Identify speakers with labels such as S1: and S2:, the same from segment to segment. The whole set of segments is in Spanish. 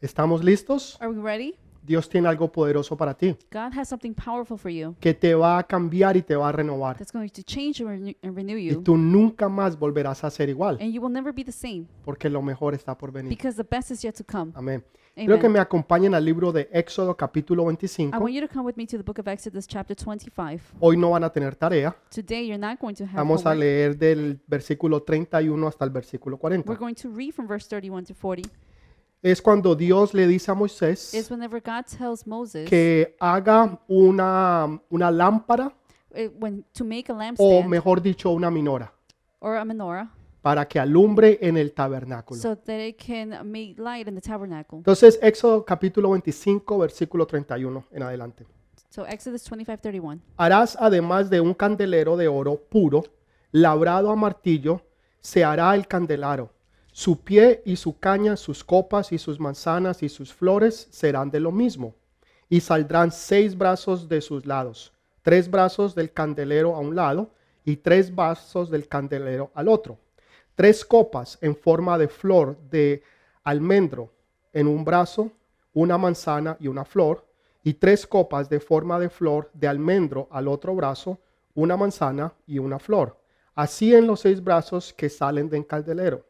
S1: ¿Estamos listos?
S2: Are we ready?
S1: Dios tiene algo poderoso para ti
S2: God has something powerful for you
S1: que te va a cambiar y te va a renovar.
S2: that's going to change and renew, and renew
S1: Y
S2: you,
S1: tú nunca más volverás a ser igual
S2: and you will never be the same
S1: porque lo mejor está por venir.
S2: because the best is yet to come.
S1: Amén. Quiero que Mm.
S2: Amen.
S1: me acompañen al libro de Éxodo capítulo
S2: I
S1: 25.
S2: want you to come with me to the book of Exodus, chapter 25.
S1: Hoy no van a tener tarea.
S2: Today, you're not going to have.
S1: Vamos a
S2: homework.
S1: leer del versículo 31 hasta el versículo
S2: We're
S1: 40.
S2: going to read from verse 31 to 40.
S1: Es cuando Dios le dice a
S2: Is
S1: Moisés
S2: whenever God tells Moses
S1: que haga una, una lámpara
S2: eh, when to
S1: Oh,
S2: make a
S1: o
S2: lampstand
S1: mejor dicho una minora
S2: or a menorah
S1: para que alumbre en el tabernáculo.
S2: so that it can make light in the tabernacle.
S1: Entonces Éxodo capítulo 25 versículo 31 en adelante.
S2: So Exodus 25:31.
S1: Harás además de un candelero de oro puro, labrado a martillo, se hará el candelaro. Su pie y su caña, sus copas y sus manzanas y sus flores serán de lo mismo. Y saldrán seis brazos de sus lados, tres brazos del candelero a un lado y tres brazos del candelero al otro. Tres copas en forma de flor de almendro en un brazo, una manzana y una flor, y tres copas de forma de flor de almendro al otro brazo, una manzana y una flor, así en los seis brazos que salen del candelero.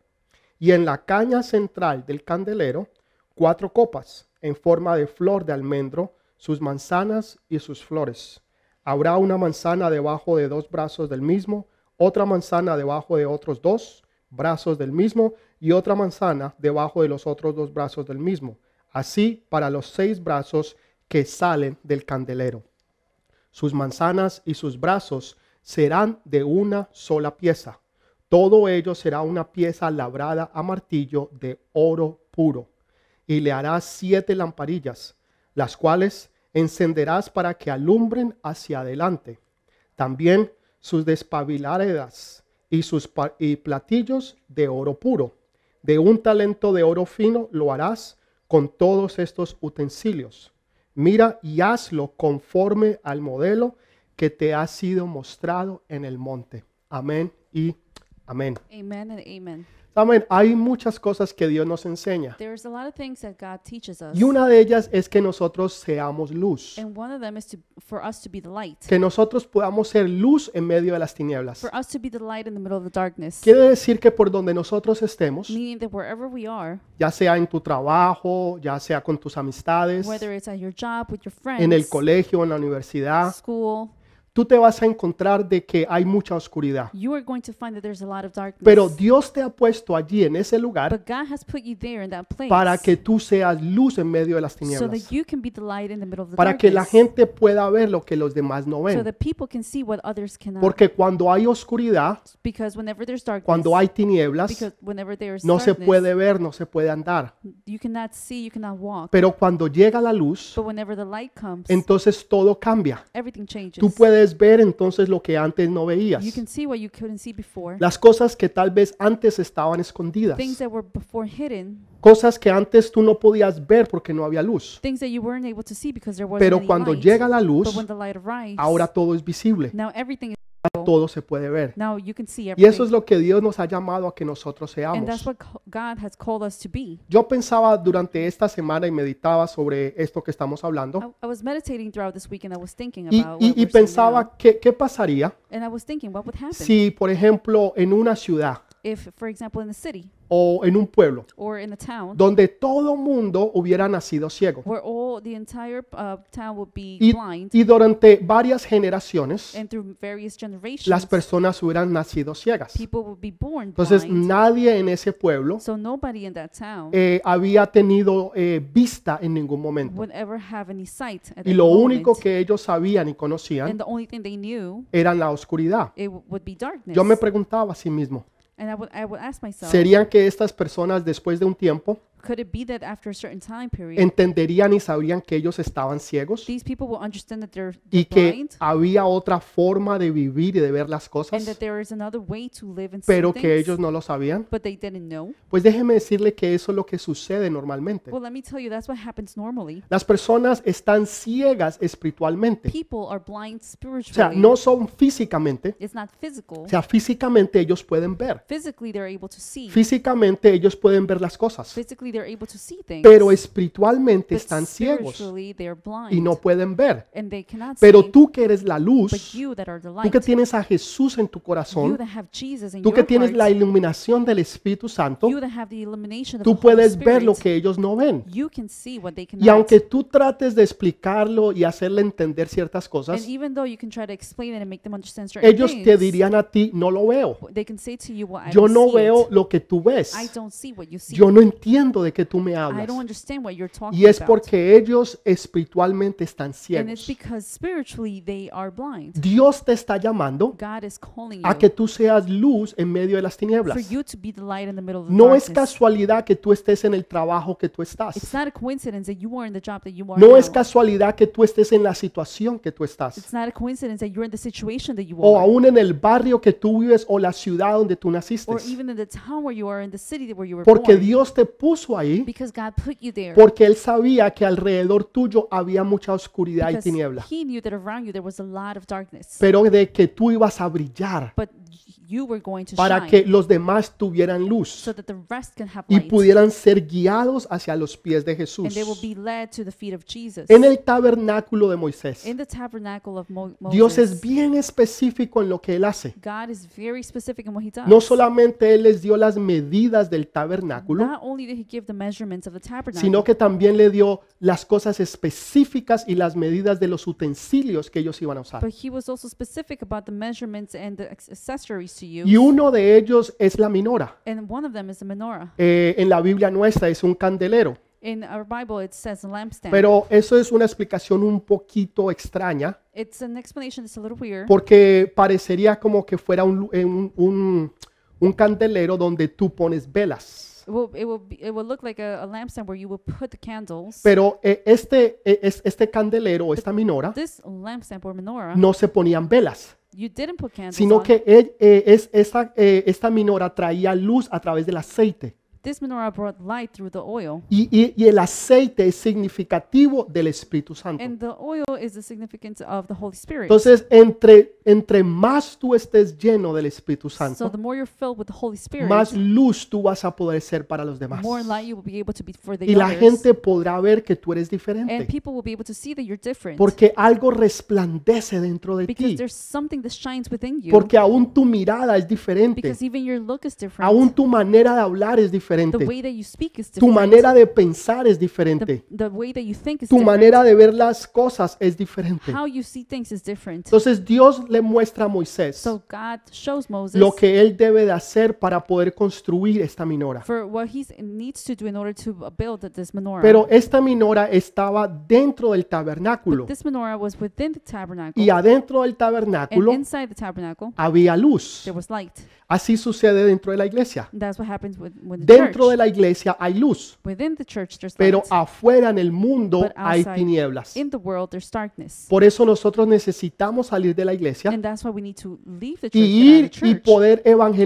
S1: Y en la caña central del candelero, cuatro copas en forma de flor de almendro, sus manzanas y sus flores. Habrá una manzana debajo de dos brazos del mismo, otra manzana debajo de otros dos brazos del mismo y otra manzana debajo de los otros dos brazos del mismo. Así para los seis brazos que salen del candelero. Sus manzanas y sus brazos serán de una sola pieza. Todo ello será una pieza labrada a martillo de oro puro. Y le harás siete lamparillas, las cuales encenderás para que alumbren hacia adelante. También sus despabilaredas y sus pa- y platillos de oro puro. De un talento de oro fino lo harás con todos estos utensilios. Mira y hazlo conforme al modelo que te ha sido mostrado en el monte. Amén y amén.
S2: Amen and amen.
S1: Amén. Hay muchas cosas que Dios nos enseña.
S2: There's a lot of things that God teaches us.
S1: Y una de ellas es que nosotros seamos luz.
S2: And one of them is to for us to be the light.
S1: Que nosotros podamos ser luz en medio de las tinieblas.
S2: For us to be the light in the middle of the darkness.
S1: Quiere decir que por donde nosotros estemos,
S2: Meaning that wherever we are,
S1: ya sea en tu trabajo, ya sea con tus amistades,
S2: whether it's at your job, with your friends,
S1: en el colegio, en la universidad,
S2: school,
S1: tú te vas a encontrar de que hay mucha oscuridad.
S2: you are going to find that there's a lot of darkness.
S1: Pero Dios te ha puesto allí en ese lugar
S2: but God has put you there in that place
S1: para que tú seas luz en medio de las
S2: so
S1: tinieblas,
S2: that you can be the light in the middle of the
S1: para que la
S2: darkness.
S1: gente pueda ver lo que los demás no
S2: so
S1: ven.
S2: that people can see what others cannot.
S1: Porque cuando hay oscuridad,
S2: because whenever there's darkness,
S1: cuando hay tinieblas,
S2: because whenever there's
S1: no se
S2: darkness,
S1: puede ver, no se puede andar.
S2: you cannot see, you cannot walk.
S1: Pero cuando llega la luz,
S2: But whenever the light comes,
S1: entonces todo cambia.
S2: everything changes.
S1: Tú puedes ver entonces lo que antes no veías.
S2: you can see what you couldn't see before.
S1: Las cosas que tal vez antes estaban escondidas.
S2: Things that were before hidden,
S1: Cosas que antes tú no podías ver porque no había luz.
S2: things that you weren't able to see because there wasn't
S1: Pero
S2: any
S1: cuando
S2: light.
S1: llega la luz,
S2: but when the light arrives,
S1: ahora todo es visible.
S2: now everything is
S1: Todo se puede ver.
S2: now you can see
S1: Y
S2: everything.
S1: eso es lo que Dios nos ha llamado a que nosotros
S2: and that's
S1: seamos.
S2: what co- God has called us to be.
S1: Yo pensaba durante esta semana y meditaba sobre esto que estamos hablando.
S2: I, I was meditating throughout this week and I was thinking
S1: Y,
S2: about what
S1: y- y
S2: we're seeing now.
S1: pensaba qué- qué pasaría
S2: and I was thinking what would happen
S1: si, por ejemplo, en una ciudad
S2: if, for example, in the city
S1: o en un pueblo
S2: or in the town
S1: donde todo mundo hubiera nacido ciego.
S2: where all the entire uh, town would be
S1: Y,
S2: blind
S1: y durante varias generaciones
S2: and through various
S1: las
S2: generations
S1: personas hubieran nacido ciegas.
S2: people would be born
S1: Entonces
S2: blind
S1: nadie en ese pueblo
S2: so nobody in that town
S1: eh, había tenido eh, vista en ningún momento.
S2: would ever have any sight at
S1: Y
S2: that
S1: lo
S2: moment.
S1: único que ellos sabían y
S2: and
S1: conocían
S2: the only thing they knew
S1: eran la oscuridad.
S2: it w- would be darkness
S1: Yo me preguntaba a sí mismo,
S2: and I would, I would ask myself
S1: ¿serían que estas personas después de un tiempo
S2: could it be that after a certain time period
S1: entenderían y sabrían que ellos estaban ciegos
S2: these people will understand that they're,
S1: y
S2: they're
S1: que
S2: blind
S1: había otra forma de vivir y de ver las
S2: and
S1: cosas,
S2: that there is another way to live and see
S1: pero que
S2: things,
S1: ellos no lo sabían?
S2: but they didn't know
S1: Pues déjeme decirle que eso es lo que sucede normalmente.
S2: well let me tell you that's what happens normally
S1: Las personas están ciegas espiritualmente.
S2: people are blind
S1: O sea,
S2: spiritually
S1: no son físicamente.
S2: it's not physical
S1: O sea, físicamente ellos pueden ver.
S2: physically they're able to see
S1: Físicamente ellos pueden ver las cosas.
S2: physically physically they're able to see things,
S1: pero espiritualmente
S2: but
S1: están ciegos
S2: spiritually they're blind
S1: y no pueden ver.
S2: and they cannot
S1: Pero
S2: see.
S1: tú que eres la luz,
S2: but you that are the
S1: tú
S2: light,
S1: que tienes a Jesús en tu
S2: you
S1: corazón,
S2: that have Jesus in
S1: tú que
S2: your
S1: tienes la
S2: heart,
S1: iluminación del Espíritu Santo,
S2: you that have the illumination of
S1: tú
S2: the Holy
S1: puedes ver lo
S2: Spirit,
S1: que ellos no ven.
S2: you can see what they cannot.
S1: Y aunque tú trates de explicarlo y hacerle entender ciertas
S2: and
S1: cosas,
S2: even though you can try to explain it and make them understand certain
S1: ellos
S2: things,
S1: te dirían a ti, no lo veo.
S2: they can say to you, "Well, I
S1: Yo
S2: don't
S1: no
S2: see it.
S1: veo lo que tú ves.
S2: I don't see what you see.
S1: Yo no entiendo de qué tú me
S2: I
S1: hablas.
S2: don't understand what you're talking
S1: Y es
S2: about."
S1: porque ellos espiritualmente están
S2: and it's
S1: ciegos.
S2: because spiritually they are blind.
S1: Dios te está llamando
S2: God is calling
S1: a
S2: you
S1: que tú seas luz en medio de las
S2: for
S1: tinieblas.
S2: you to be the light in the middle of the
S1: No es
S2: darkness.
S1: casualidad que tú estés en el trabajo que tú estás.
S2: It's not a coincidence that you are in the job that you are
S1: No es
S2: now.
S1: casualidad que tú estés en la situación que tú estás.
S2: It's not a coincidence that you're in the situation that you
S1: O
S2: are,
S1: aún en el barrio que tú vives o la ciudad donde tú naciste.
S2: or even in the town where you are, in the city that- where you were
S1: Porque
S2: born,
S1: Dios te puso ahí.
S2: because God put you there.
S1: Porque Él sabía que alrededor tuyo había mucha oscuridad y
S2: because
S1: tiniebla.
S2: He knew that around you there was a lot of darkness,
S1: Pero de que tú ibas a brillar
S2: but you were going to
S1: para
S2: shine
S1: que los demás tuvieran luz.
S2: so that the rest can have
S1: y
S2: light,
S1: pudieran ser guiados hacia los pies de Jesús.
S2: and they will be led to the feet of Jesus.
S1: En el tabernáculo de Moisés,
S2: in the tabernacle of Mo-
S1: Dios
S2: Moses,
S1: es bien específico en lo que Él hace.
S2: God is very specific in what He does.
S1: No solamente Él les dio las medidas del tabernáculo,
S2: Not only did He give the measurements of the tabernacle,
S1: sino que también le dio las cosas específicas y las medidas de los utensilios que ellos iban a usar.
S2: but He was also specific about the measurements and the ac- accessories to you.
S1: Y uno de ellos es la minora.
S2: and one of them is the menorah.
S1: Eh, en la Biblia nuestra es un candelero,
S2: In our Bible, it says a lampstand.
S1: pero eso es una explicación un poquito extraña
S2: it's an explanation that's a little weird
S1: porque parecería como que fuera un, lu- eh, un, un- un candelero donde tú pones velas.
S2: It will, it will, be, it will look like a, a lampstand where you will put the candles.
S1: Pero eh, este, eh, es- este candelero o esta minora
S2: this lampstand or menorah,
S1: no se ponían velas,
S2: you didn't put candles
S1: sino
S2: on.
S1: que él, eh, es, esta, eh, esta minora traía luz a través del aceite.
S2: this menorah brought light through the oil.
S1: Y, y- y el aceite es significativo del Espíritu Santo.
S2: And the oil is the significance of the Holy Spirit.
S1: Entonces, entre, entre más tú estés lleno del Espíritu
S2: so
S1: Santo,
S2: the more you're filled with the Holy Spirit,
S1: más luz tú vas a poder ser para los demás.
S2: more light you will be able to be for the
S1: Y la
S2: others.
S1: gente podrá ver que tú eres
S2: and
S1: diferente.
S2: people will be able to see that you're different.
S1: Porque algo resplandece dentro de
S2: because
S1: ti.
S2: there's something that shines within you.
S1: Porque aún tu mirada es diferente.
S2: because even your look is different.
S1: Aún tu manera de hablar es
S2: the
S1: diferente.
S2: way that you speak is
S1: Tu
S2: different.
S1: manera de pensar es
S2: the,
S1: diferente.
S2: the way that you think is
S1: Tu
S2: different.
S1: manera de ver las cosas es diferente.
S2: How you see things is different.
S1: Entonces Dios le muestra a Moisés
S2: So God shows Moses
S1: lo que él debe de hacer para poder construir esta minora.
S2: for what he needs to do in order to uh, build this menorah.
S1: Pero esta minora estaba dentro del tabernáculo
S2: this menorah was within the tabernacle,
S1: y adentro del
S2: and
S1: tabernáculo
S2: inside the tabernacle
S1: había luz.
S2: there was light.
S1: Así sucede dentro de la iglesia.
S2: And that's what happens with when the
S1: Dentro de
S2: church.
S1: la iglesia hay luz.
S2: within the church there's
S1: pero
S2: light.
S1: afuera en el mundo
S2: But
S1: hay
S2: outside,
S1: tinieblas.
S2: In the world there's darkness,
S1: Por eso nosotros necesitamos salir de la iglesia
S2: and that's why we need to leave the church and
S1: y
S2: get out
S1: ir y
S2: of church
S1: poder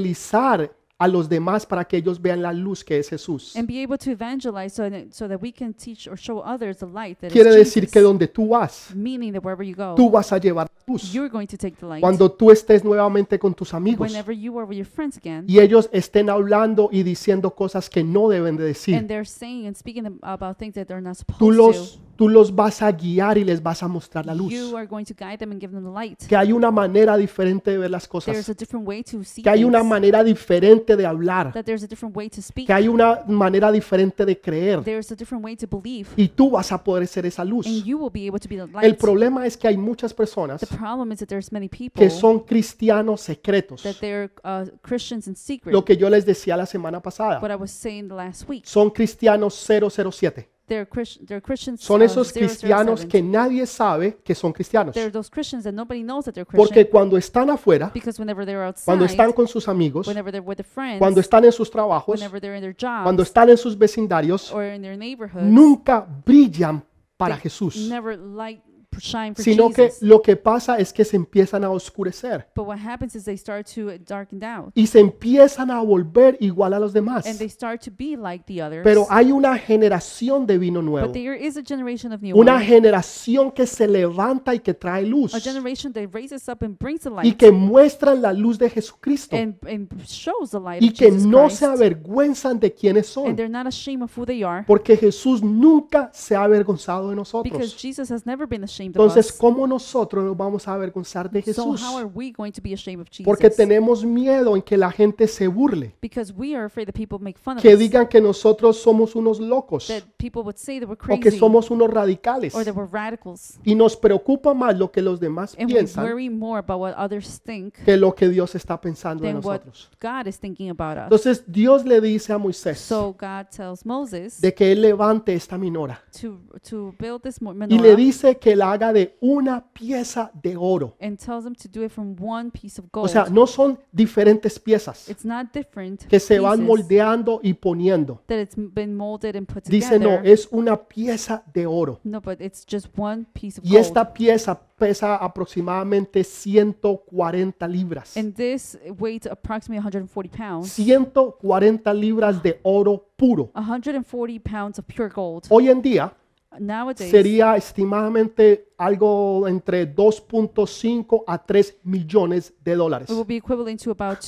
S1: evangelizar a los demás para que ellos vean la luz que es Jesús.
S2: and be able to evangelize, so that, so that we can teach or show others the light that is
S1: Quiere decir
S2: Jesus.
S1: que donde tú vas,
S2: meaning that wherever you go,
S1: tú vas a llevar luz.
S2: you're going to take the light.
S1: Cuando tú estés nuevamente con tus amigos
S2: whenever you are with your friends again,
S1: y ellos estén hablando y diciendo cosas que no deben de decir,
S2: and they're saying and speaking ab- about things that they're not supposed
S1: tú los, tú los vas a guiar y les vas a mostrar la
S2: to.
S1: luz.
S2: You are going to guide them and give them the light.
S1: Que hay una manera diferente de ver las cosas,
S2: There's a different way to see
S1: que hay una
S2: things,
S1: manera diferente de hablar,
S2: that there's a different way to speak.
S1: que hay una manera diferente de creer
S2: There's a different way to believe,
S1: y tú vas a poder ser esa
S2: and
S1: luz.
S2: you will be able to be the light.
S1: El problema es que hay muchas personas
S2: the problem is that there's many people
S1: que son cristianos secretos,
S2: that they're uh, Christians in secret.
S1: lo que yo les decía la semana pasada.
S2: what I was saying last week,
S1: Son cristianos 007.
S2: they're, Chris, they're Christians. uh,
S1: Son
S2: of
S1: esos
S2: 007.
S1: cristianos que nadie sabe que son cristianos.
S2: They're those Christians that nobody knows that they're Christian
S1: Porque cuando están afuera,
S2: because whenever they're outside,
S1: cuando están con sus amigos,
S2: whenever they're with their friends,
S1: cuando están en sus trabajos,
S2: whenever they're in their job,
S1: cuando están en sus vecindarios,
S2: or in their neighborhood
S1: nunca brillan para Jesús.
S2: never light p- shine for
S1: sino que
S2: Jesus.
S1: lo que pasa es que se empiezan a oscurecer
S2: But what happens is they start to darken down
S1: y se empiezan a volver igual a los demás.
S2: and they start to be like the others.
S1: Pero hay una generación de vino nuevo,
S2: but there is a generation of new
S1: una
S2: wine,
S1: generación que se levanta y que trae luz
S2: a generation that raises up and brings the
S1: y
S2: light
S1: que muestran la luz de Jesucristo
S2: and, and shows the light
S1: y
S2: of
S1: que
S2: Jesus
S1: no
S2: Christ.
S1: se avergüenzan de quiénes
S2: and
S1: son,
S2: they're not ashamed of who they are
S1: porque Jesús nunca se ha avergonzado de
S2: because
S1: nosotros.
S2: Jesus has never been ashamed of
S1: Entonces,
S2: us.
S1: ¿cómo nosotros nos vamos a avergonzar de
S2: So
S1: Jesús?
S2: how are we going to be ashamed of Jesus?
S1: Porque tenemos miedo en que la gente se burle,
S2: because we are afraid that people make fun of
S1: que
S2: us,
S1: digan que nosotros somos unos locos
S2: that people would say that we're
S1: o que
S2: crazy
S1: somos unos radicales.
S2: or that we're radicals.
S1: Y nos preocupa más lo que los demás
S2: And we
S1: piensan
S2: worry more about what others think
S1: que lo que Dios está pensando de
S2: than what
S1: nosotros.
S2: God is thinking about us.
S1: Entonces Dios le dice a Moisés
S2: So God tells Moses
S1: de que él levante esta minora
S2: to to build this mo-
S1: y le
S2: menorah
S1: dice que la haga de una pieza de oro.
S2: and tells him to do it from one piece of
S1: O
S2: gold.
S1: sea, no son diferentes piezas
S2: Oh, It's not different
S1: que se van
S2: pieces
S1: moldeando y poniendo.
S2: that it's m- been molded and put
S1: Dice, no,
S2: together.
S1: es una pieza de oro.
S2: no, but it's just one piece of
S1: Y
S2: gold.
S1: esta pieza pesa aproximadamente 140 libras.
S2: And this weighs approximately 140 pounds.
S1: 140 libras de oro puro.
S2: 140 pounds of pure gold.
S1: Hoy en día
S2: Nowadays,
S1: sería estimadamente algo entre 2.5 a 3 millones de dólares.
S2: it will be equivalent to about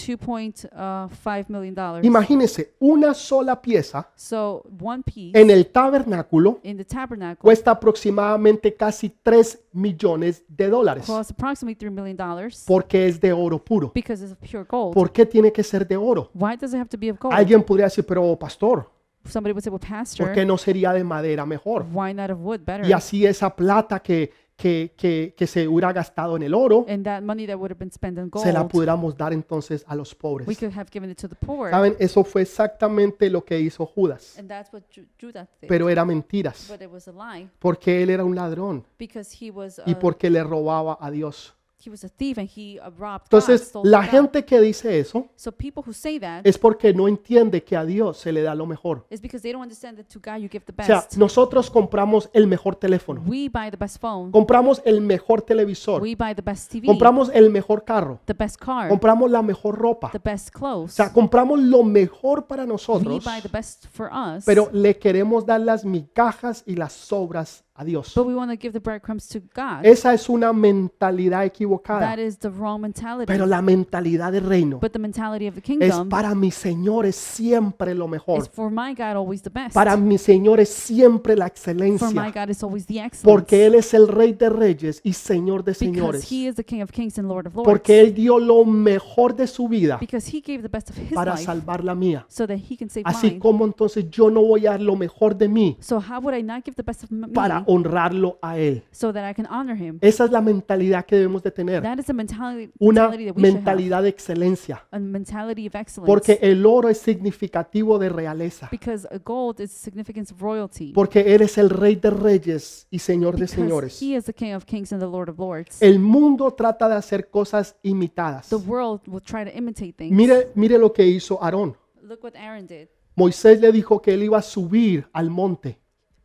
S2: 2.5 million dollars.
S1: Imagínense, una sola pieza
S2: So one piece
S1: en el tabernáculo
S2: in the tabernacle
S1: cuesta aproximadamente casi 3 millones de dólares
S2: costs approximately 3 million dollars
S1: porque es de oro puro.
S2: because it's of pure gold.
S1: ¿Por qué tiene que ser de oro?
S2: Why does it have to be of gold?
S1: Alguien podría decir, pero pastor,
S2: Somebody would say, well,
S1: ¿por
S2: pastor,
S1: qué no sería de madera mejor?
S2: why not of wood better?
S1: Y así esa plata que, que, que, que se hubiera gastado en el oro,
S2: And that money that would have been spent on
S1: se la
S2: gold,
S1: pudiéramos dar entonces a los
S2: we
S1: pobres.
S2: could have given it to the poor.
S1: Saben, eso fue exactamente lo que hizo Judas,
S2: And that's what Ju- Judah did.
S1: pero era mentiras,
S2: but it was a lie
S1: porque él era un ladrón
S2: because he was
S1: y
S2: a,
S1: porque le robaba a Dios.
S2: he was a thief and he uh, robbed God,
S1: Entonces,
S2: stole
S1: la
S2: God.
S1: gente que dice eso
S2: So people who say that
S1: es porque no entiende que a Dios se le da lo mejor.
S2: is because they don't understand that to God you give the
S1: O sea,
S2: best.
S1: nosotros compramos el mejor teléfono,
S2: We buy the best phone.
S1: compramos el mejor televisor,
S2: We buy the best TV.
S1: compramos el mejor carro,
S2: the best car.
S1: compramos la mejor ropa.
S2: the best clothes.
S1: O sea, compramos lo mejor para
S2: we
S1: nosotros,
S2: buy the best for us.
S1: pero le queremos dar las migajas y las sobras a Dios.
S2: but we want to give the breadcrumbs to God.
S1: Esa es una mentalidad equivocada,
S2: that is the wrong mentality.
S1: pero la mentalidad del reino
S2: but the mentality of the
S1: es
S2: kingdom
S1: para mi Señor es siempre lo
S2: is
S1: mejor.
S2: for my God always the best.
S1: Para mi Señor es siempre la
S2: for my
S1: excelencia,
S2: God is always the excellence.
S1: porque Él es el Rey de Reyes y Señor de
S2: because
S1: Señores,
S2: he is the King of Kings and Lord of Lords.
S1: porque Él dio lo mejor de su vida
S2: because he gave the best of his
S1: para
S2: life
S1: salvar la mía.
S2: so that he can save
S1: Así
S2: mine.
S1: como entonces yo no voy a dar lo mejor de mí
S2: so how would I not give the best of m- me
S1: para honrarlo a Él.
S2: so that I can honor him?
S1: Esa es la mentalidad que debemos de tener,
S2: That is the mentality,
S1: una
S2: mentality that we should have.
S1: mentalidad de excelencia.
S2: a mentality of excellence.
S1: Porque el oro es significativo de realeza.
S2: because uh, gold is significance of royalty.
S1: Porque eres el rey de reyes y señor de
S2: because
S1: señores.
S2: he is the King of Kings and the Lord of Lords.
S1: El mundo trata de hacer cosas imitadas.
S2: the world will try to imitate things.
S1: Mire, mire lo que hizo Aarón.
S2: Look what Aaron did.
S1: Moisés le dijo que él iba a subir al monte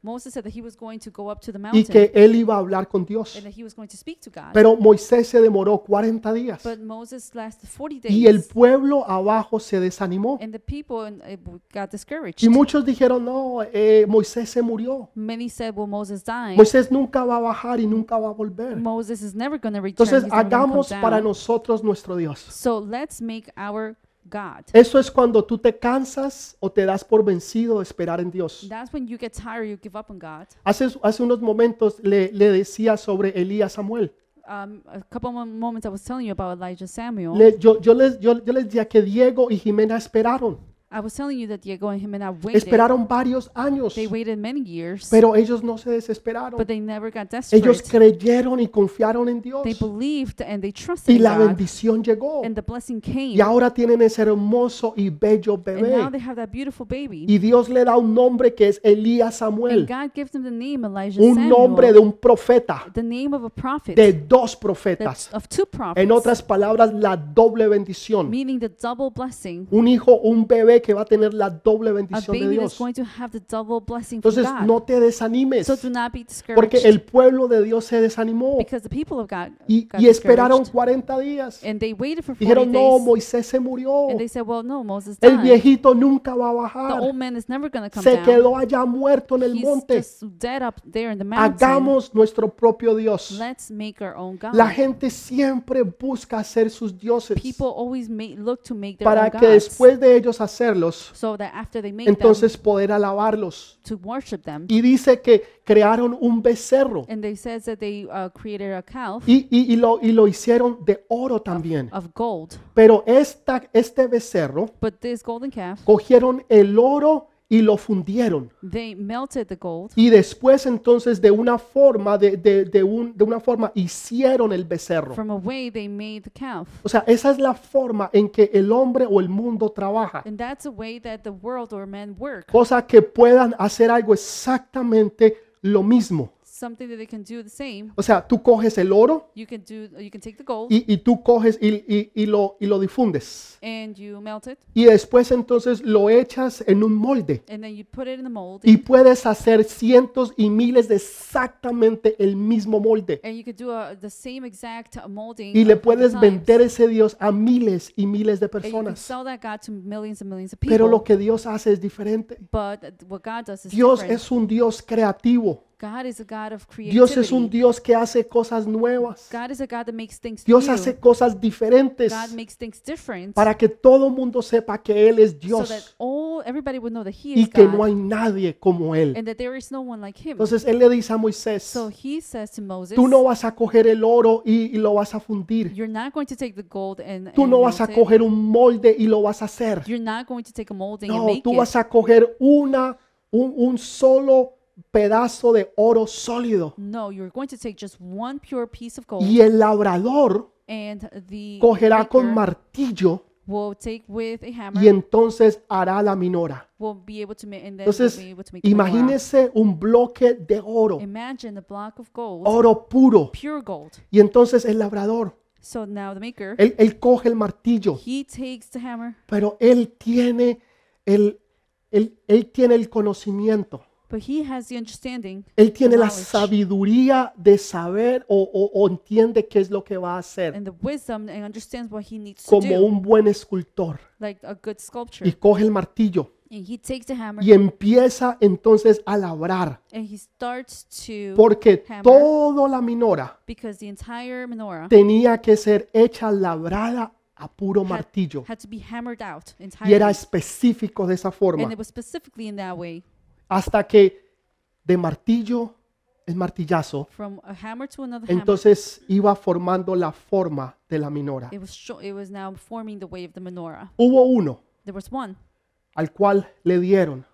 S2: Moses said that he was going to go up to the
S1: y
S2: mountain
S1: que él iba a hablar con Dios.
S2: and that he was going to speak to God.
S1: Pero Moisés se demoró 40 días
S2: but Moses lasted 40 days
S1: y el pueblo abajo se desanimó.
S2: and the people and, uh, w- got discouraged.
S1: Y muchos dijeron, no, eh, Moisés se murió.
S2: Many said, well, Moses died.
S1: Moisés nunca va a bajar y nunca va a volver.
S2: Moses is never going to return.
S1: Entonces
S2: He's never gonna come
S1: hagamos para
S2: down.
S1: nosotros nuestro Dios.
S2: So let's make our God.
S1: Eso es cuando tú te cansas o te das por vencido de esperar en Dios.
S2: That's when you get tired, you give up on God.
S1: Hace, hace unos momentos le, le decía sobre Elías Samuel.
S2: um, a couple mo- moments I was telling you about Elijah Samuel.
S1: Le- yo, yo les, yo, yo les decía que Diego y Jimena esperaron.
S2: I was telling you that Diego and him and I waited.
S1: Esperaron varios años,
S2: They waited many years,
S1: pero ellos no se desesperaron.
S2: but they never got desperate.
S1: Ellos creyeron y confiaron en Dios.
S2: they believed and they trusted
S1: Y
S2: in
S1: la
S2: God,
S1: bendición llegó.
S2: and the blessing came.
S1: Y ahora tienen ese hermoso y bello
S2: and now
S1: bebé.
S2: they have that beautiful baby.
S1: Y Dios le da un nombre que es Elías
S2: And
S1: Samuel.
S2: God gives them the name Elijah
S1: Un
S2: Samuel,
S1: nombre de un profeta,
S2: the name of a prophet,
S1: de dos
S2: that's
S1: profetas.
S2: of two prophets,
S1: En otras palabras, la doble bendición.
S2: meaning the double blessing,
S1: Un hijo, un bebé bebé que va a tener la doble
S2: a
S1: bendición de
S2: baby that's
S1: Dios.
S2: going to have the double blessing from
S1: Entonces
S2: God.
S1: no te desanimes,
S2: so do not be
S1: porque
S2: discouraged
S1: el pueblo de Dios se desanimó
S2: because the people of God
S1: y,
S2: got
S1: y esperaron
S2: discouraged.
S1: 40 días.
S2: and they waited for 40
S1: Dijeron, no,
S2: days
S1: Moisés se murió,
S2: and they said, well, no, Moses
S1: el
S2: died.
S1: viejito nunca va a
S2: the
S1: bajar,
S2: old man is never going to come
S1: se
S2: down.
S1: quedó allá muerto en el
S2: He's
S1: monte.
S2: just dead up there in the mountain.
S1: Hagamos nuestro propio Dios.
S2: Let's make our own God.
S1: La gente siempre busca hacer sus dioses
S2: Ah. People always make, look to make their
S1: para
S2: own
S1: que
S2: gods
S1: después de ellos hacerlos,
S2: so that after they make
S1: entonces poder alabarlos.
S2: them to worship them.
S1: Y dice que crearon un becerro
S2: And they says that they uh, created a calf
S1: y, y- y lo, y lo hicieron de oro también.
S2: of gold.
S1: Pero esta, este becerro
S2: But this golden calf,
S1: cogieron el oro y lo fundieron.
S2: they melted the gold
S1: Y después entonces de una forma, de, de- de un- de una forma hicieron el becerro.
S2: from a way they made the calf.
S1: O sea, esa es la forma en que el hombre o el mundo trabaja.
S2: And that's a way that the world or men work.
S1: Cosa que puedan hacer algo exactamente lo mismo.
S2: Something that they can do the same.
S1: O sea, tú coges el oro
S2: You can do you can take the gold
S1: y, y tú coges y, y- y lo, y lo difundes.
S2: and you melt it
S1: Y después entonces lo echas en un molde.
S2: and then you put it in the mold
S1: Y puedes hacer cientos y miles de exactamente el mismo molde.
S2: and you could do a, the same exact uh, molding
S1: Y
S2: a
S1: le
S2: hundred
S1: puedes
S2: times.
S1: vender ese Dios a miles y miles de
S2: And you can
S1: personas.
S2: sell that God to millions and millions of people.
S1: Pero lo que Dios hace es diferente.
S2: but what God does is
S1: Dios
S2: different.
S1: es un Dios creativo.
S2: God is a God of creativity.
S1: Dios es un Dios que hace cosas nuevas.
S2: God is a God that makes things
S1: Dios
S2: new.
S1: hace cosas diferentes
S2: God makes things different
S1: para que todo mundo sepa que Él es
S2: so that
S1: Dios
S2: all everybody would know that He
S1: y
S2: is
S1: que
S2: God
S1: no hay nadie como Él.
S2: and that there is no one like Him.
S1: Entonces Él le dice a Moisés,
S2: so He says to Moses,
S1: tú no vas a coger el oro y, y lo vas a fundir.
S2: "You're not going to take the gold and,
S1: Tú
S2: and
S1: no vas a
S2: melt it.
S1: coger un molde y lo vas a hacer.
S2: You're not going to take a molding and
S1: No,
S2: make
S1: tú
S2: it.
S1: vas a coger una, un, un solo pedazo de oro sólido.
S2: no, you're going to take just one pure piece of gold,
S1: Y el labrador
S2: and the
S1: cogerá con
S2: maker
S1: martillo
S2: will take with a hammer.
S1: y entonces hará la minora.
S2: will be able to make and then we'll
S1: Entonces,
S2: be able to make the Em- wiggle round.
S1: imagínese un bloque de oro,
S2: imagine a block of gold
S1: oro puro.
S2: pure gold
S1: Y entonces el labrador,
S2: so now the maker
S1: él, él coge el martillo,
S2: he takes the hammer
S1: pero él tiene el, el- él tiene el conocimiento.
S2: but he has the understanding
S1: Él tiene la
S2: Knowledge.
S1: sabiduría de saber o, o- o entiende qué es lo que va a hacer
S2: and the wisdom and understands what he needs to
S1: como
S2: do
S1: un buen escultor.
S2: like a good sculpture
S1: Y coge el martillo
S2: and he takes the hammer
S1: y empieza entonces a labrar.
S2: and he starts to
S1: Porque
S2: hammer
S1: toda la minora
S2: because the entire menorah
S1: tenía que ser hecha labrada a puro
S2: had,
S1: martillo.
S2: had to be hammered out
S1: y era
S2: entirely
S1: específico de esa
S2: and
S1: forma
S2: it was specifically in that way
S1: hasta que de martillo en martillazo
S2: from a hammer to another hammer
S1: entonces iba formando la forma de la minora
S2: it was sho- it was now forming the way of the menorah
S1: hubo uno
S2: there was one
S1: al cual le dieron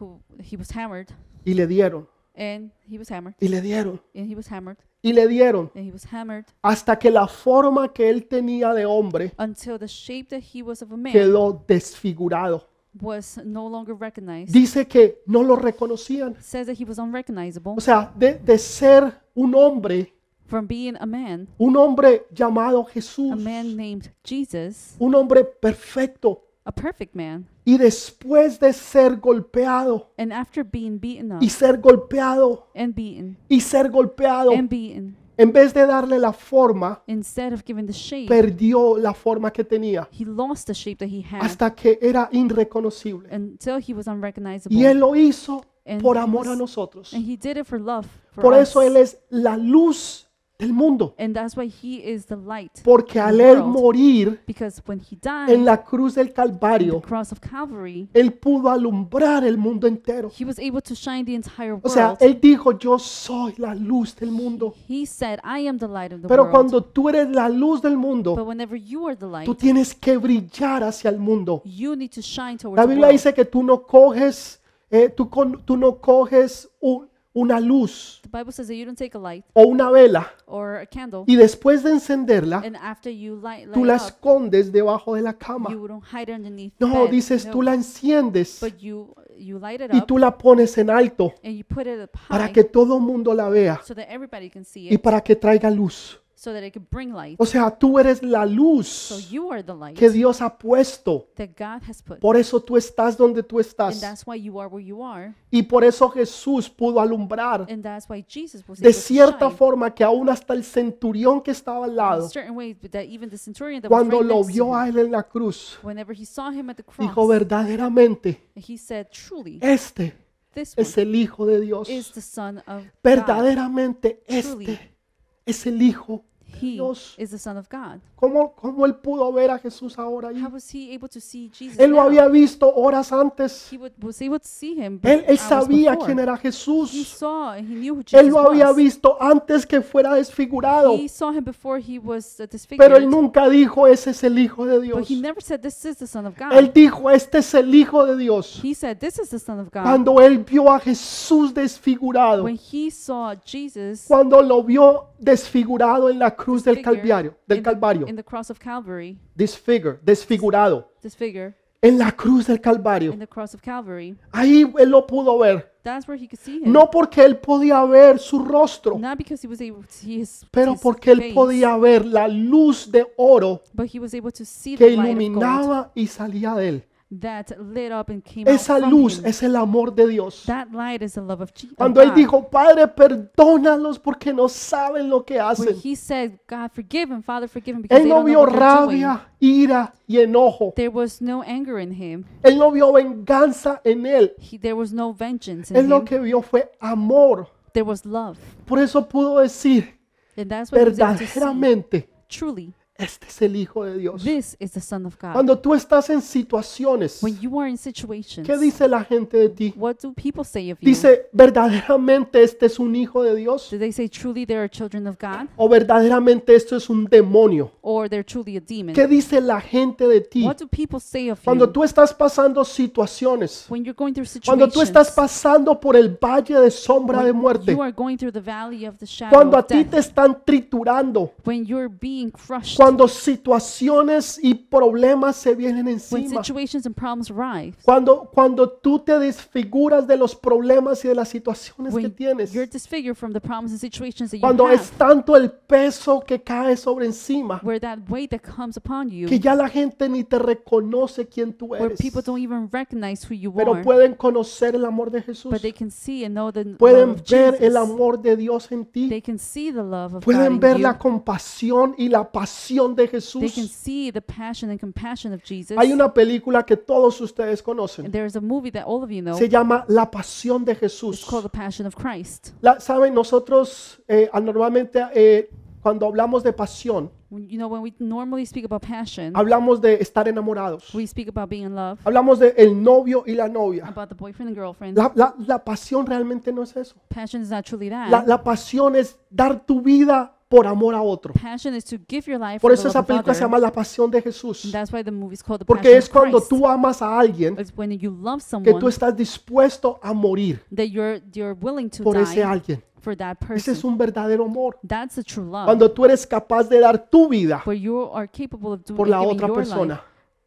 S2: who he was hammered
S1: y le dieron
S2: and he was hammered
S1: y le dieron
S2: and he was hammered
S1: y le dieron
S2: and he was hammered
S1: hasta que la forma que él tenía de hombre
S2: until the shape that he was of a man
S1: quedó desfigurado
S2: was no longer recognized
S1: dice que no lo reconocían
S2: says that he was unrecognizable
S1: o sea de, de ser un hombre
S2: from being a man
S1: un hombre llamado
S2: a
S1: Jesús
S2: man named Jesus
S1: un hombre perfecto
S2: a perfect man
S1: y después de ser golpeado
S2: and after being beaten up
S1: y ser golpeado
S2: and beaten
S1: y ser golpeado,
S2: and beaten
S1: en vez de darle la forma,
S2: instead of giving the shape
S1: perdió la forma que tenía
S2: he lost the shape that he had
S1: hasta que era irreconocible.
S2: until he was unrecognizable
S1: Y él lo hizo
S2: And
S1: por
S2: he
S1: amor a
S2: was-
S1: nosotros.
S2: and he did it for love for
S1: Por eso
S2: us.
S1: él es la luz del mundo,
S2: and that's why he is the light
S1: porque al
S2: the
S1: él
S2: world.
S1: morir
S2: because when he died
S1: en la cruz del
S2: the
S1: Calvario,
S2: cross of Calvary,
S1: él pudo alumbrar el mundo entero.
S2: he was able to shine the entire world.
S1: O sea, él dijo, yo soy la luz del mundo.
S2: he said, I am the light of the
S1: Pero
S2: world.
S1: cuando tú eres la luz del mundo,
S2: but whenever you are the light,
S1: Tú tienes que brillar hacia el mundo.
S2: you need to shine towards
S1: La
S2: the
S1: Biblia
S2: world.
S1: dice que tú no coges, eh, tú, con- tú no coges u- una luz
S2: the Bible says that you don't take a light
S1: o una vela
S2: or a candle,
S1: y después de encenderla,
S2: and after you light, light
S1: tú la
S2: it up,
S1: escondes debajo de la cama.
S2: you don't hide it underneath the
S1: No,
S2: bed.
S1: dices
S2: No.
S1: tú la enciendes
S2: but you, you light it
S1: y
S2: up,
S1: tú la pones en alto
S2: and you put it up high
S1: para que todo mundo la vea
S2: so that everybody can see
S1: y
S2: it,
S1: para que traiga luz.
S2: so that it could bring light.
S1: O sea, tú eres la
S2: So
S1: luz
S2: you are the light
S1: que Dios ha puesto.
S2: that God has put.
S1: Por eso tú estás donde tú
S2: And
S1: estás.
S2: that's why you are where you are.
S1: Y por eso Jesús pudo alumbrar
S2: And that's why Jesus was
S1: de
S2: able
S1: cierta
S2: to shine
S1: forma que aún hasta el centurión que estaba al
S2: in
S1: lado,
S2: certain ways but that even the centurion that was
S1: cuando
S2: right
S1: lo
S2: next to
S1: vio
S2: him,
S1: a él en la cruz,
S2: whenever he saw him at the cross,
S1: dijo verdaderamente,
S2: he said, truly,
S1: este
S2: this
S1: es
S2: one
S1: el Hijo de Dios.
S2: is the Son of God.
S1: Verdaderamente este es el Hijo de
S2: He
S1: Dios.
S2: is the Son of God.
S1: ¿Cómo, cómo él pudo ver a Jesús ahora ahí?
S2: How was he able to see Jesus
S1: Él lo
S2: now?
S1: había visto horas antes.
S2: He would, was able to see him
S1: Él, él
S2: hours
S1: sabía
S2: before.
S1: quién era
S2: He
S1: Jesús.
S2: saw and he knew who Jesus
S1: Él lo había
S2: was.
S1: visto antes que fuera desfigurado.
S2: He saw him before he was uh, disfigured.
S1: Pero él nunca dijo, ese es el Hijo de
S2: But
S1: Dios.
S2: he never said, This is the Son of God.
S1: Él dijo, este es el Hijo de Dios.
S2: he said, This is the Son of God.
S1: Cuando él vio a Jesús desfigurado,
S2: when he saw Jesus
S1: cuando lo vio desfigurado en la cruz del
S2: figure
S1: Calvario, del
S2: in, the-
S1: Calvario,
S2: in the cross of Calvary,
S1: disfigure, desfigurado,
S2: this figure
S1: en la cruz del Calvario,
S2: in the cross of Calvary,
S1: ahí él lo pudo ver.
S2: that's where he could see him.
S1: No porque él podía ver su rostro,
S2: Not because he was able to see his,
S1: pero
S2: his
S1: porque él
S2: face,
S1: podía ver la luz de oro
S2: but he was able to see
S1: que
S2: the light of gold
S1: iluminaba y salía de él.
S2: that lit up and came
S1: Esa
S2: out from
S1: luz
S2: him.
S1: es el amor de Dios.
S2: That light is the love of Jesus.
S1: Cuando él dijo, Padre, perdónalos porque no saben lo que
S2: when
S1: hacen.
S2: he said, God forgive him, Father forgive him, because
S1: Él
S2: they
S1: no
S2: don't know
S1: vio
S2: what they're doing.
S1: rabia, ira y enojo.
S2: There was no anger in him.
S1: Él no vio venganza en él.
S2: He, there was no vengeance in
S1: Él lo
S2: him.
S1: que vio fue amor.
S2: There was love.
S1: Por eso pudo decir
S2: And that's what he was able to see.
S1: verdaderamente,
S2: Truly,
S1: este es el Hijo de Dios.
S2: this is the Son of God.
S1: Cuando tú estás en situaciones,
S2: When you are in situations,
S1: ¿qué dice la gente de ti?
S2: what do people say of you?
S1: Dice, verdaderamente este es un hijo de Dios
S2: Do they say truly they are children of God?
S1: o verdaderamente esto es un demonio.
S2: Or they're truly a demon?
S1: ¿Qué dice la gente de ti?
S2: What do people say of
S1: Cuando
S2: you?
S1: tú estás pasando situaciones,
S2: When you're going through
S1: cuando tú
S2: situations,
S1: estás pasando por el valle de sombra de
S2: when
S1: muerte,
S2: you are going through the valley of the shadow
S1: cuando a
S2: of
S1: ti
S2: death,
S1: te están triturando,
S2: when you're being crushed,
S1: cuando situaciones y problemas se vienen
S2: when
S1: encima,
S2: situations and problems arise,
S1: cuando, cuando tú te desfiguras de los problemas y de las situaciones que
S2: when
S1: tienes,
S2: you're disfigured from the problems and situations that you
S1: cuando
S2: have,
S1: es tanto el peso que cae sobre encima,
S2: where that weight that comes upon you,
S1: que ya la gente ni te reconoce quién tú
S2: where
S1: eres,
S2: people don't even recognize who you
S1: pero
S2: are,
S1: pueden conocer el amor de Jesús,
S2: but they can see and know the n- love
S1: pueden
S2: of
S1: ver el
S2: Jesus.
S1: amor de Dios en ti,
S2: They can see the love of
S1: pueden
S2: God
S1: ver
S2: in you.
S1: la compasión y la pasión de
S2: They can
S1: Jesús.
S2: see the passion and compassion of Jesus.
S1: Hay una película que todos ustedes conocen,
S2: There's a movie that all of you know.
S1: se llama La Pasión de
S2: It's
S1: Jesús.
S2: called The Passion of Christ.
S1: La- Saben, nosotros eh, ah, normalmente eh, cuando hablamos de pasión,
S2: When- You know, when we normally speak about passion,
S1: hablamos de estar enamorados,
S2: we speak about being in love,
S1: hablamos de el novio y la novia.
S2: about the boyfriend and girlfriend.
S1: La, la- la pasión realmente no es eso.
S2: Passion is not truly that.
S1: La, la pasión es dar tu vida por amor a otro.
S2: passion is to give your life
S1: Por
S2: for
S1: eso
S2: the
S1: esa
S2: love of
S1: película se
S2: other.
S1: llama La Pasión de Jesús.
S2: That's why the movie is called The
S1: Porque
S2: Passion
S1: es cuando
S2: of Christ. Pues,
S1: tú amas a alguien
S2: It's when you love
S1: que tú
S2: someone
S1: estás dispuesto a morir
S2: that you're you're willing to
S1: por ese
S2: die
S1: alguien.
S2: for that
S1: Ese
S2: person.
S1: es un verdadero amor.
S2: That's the true love.
S1: Cuando tú eres capaz de dar tu vida
S2: where you are capable of doing
S1: por la
S2: giving
S1: otra
S2: your
S1: persona.
S2: life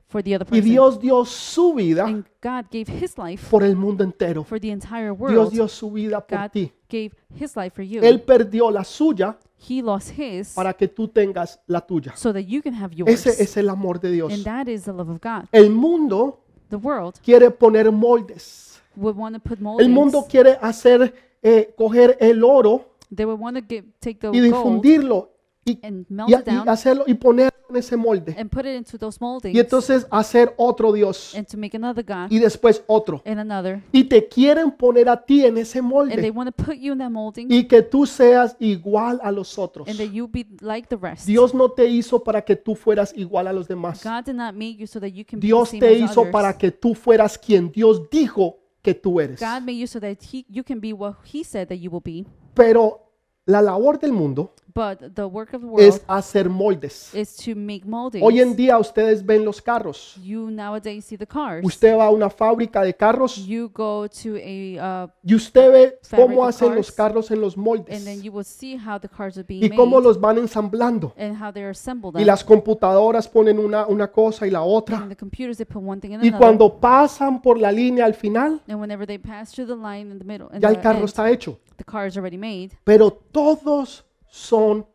S2: for the other
S1: Y
S2: person.
S1: Dios dio su vida
S2: and God gave his life
S1: por el mundo entero.
S2: for the entire
S1: Dios
S2: world.
S1: dio su vida por
S2: God
S1: ti.
S2: gave his life for you.
S1: Él perdió la suya
S2: he lost his
S1: para que tú tengas la tuya.
S2: so that you can have yours.
S1: Ese es el amor de Dios.
S2: and that is the love of God.
S1: El mundo
S2: The world
S1: quiere poner moldes.
S2: would want to put
S1: El
S2: moldings.
S1: mundo quiere hacer, eh, coger el oro
S2: they would want to give, take the
S1: y
S2: gold
S1: difundirlo y,
S2: and melt
S1: y-
S2: it down
S1: y hacerlo y poner en ese molde.
S2: and put it into those moldings
S1: Y entonces hacer otro Dios
S2: and to make another God
S1: y después otro.
S2: and another.
S1: Y te quieren poner a ti en ese
S2: And
S1: molde
S2: they want to put you in that molding
S1: y que tú seas igual a los otros.
S2: and that you be like the rest.
S1: Dios no te hizo para que tú fueras igual a los demás.
S2: God did not make you so that you can
S1: Dios
S2: be the
S1: te
S2: same as
S1: hizo
S2: others.
S1: para que tú fueras quien Dios dijo que tú eres.
S2: God made you so that he, you can be what He said that you will be.
S1: Pero la labor del mundo
S2: But the work of the world
S1: es hacer moldes.
S2: is to make moldings.
S1: Hoy en día ustedes ven los carros.
S2: you nowadays see the cars.
S1: Usted va a una fábrica de carros
S2: you go to a uh,
S1: y usted ve
S2: Fabric
S1: cómo
S2: of
S1: hacen los
S2: cars.
S1: carros en los
S2: and then
S1: moldes
S2: you will see how the cars are being
S1: y
S2: made
S1: cómo los van ensamblando.
S2: and how they're assembled.
S1: Y
S2: up.
S1: las computadoras ponen una, una cosa y la otra.
S2: and the computers they put one thing in
S1: Y
S2: another.
S1: cuando pasan por la línea al final,
S2: and whenever they pass through the line in the middle, in
S1: ya el
S2: the
S1: carro
S2: end,
S1: está hecho.
S2: the car is already made.
S1: Pero todos son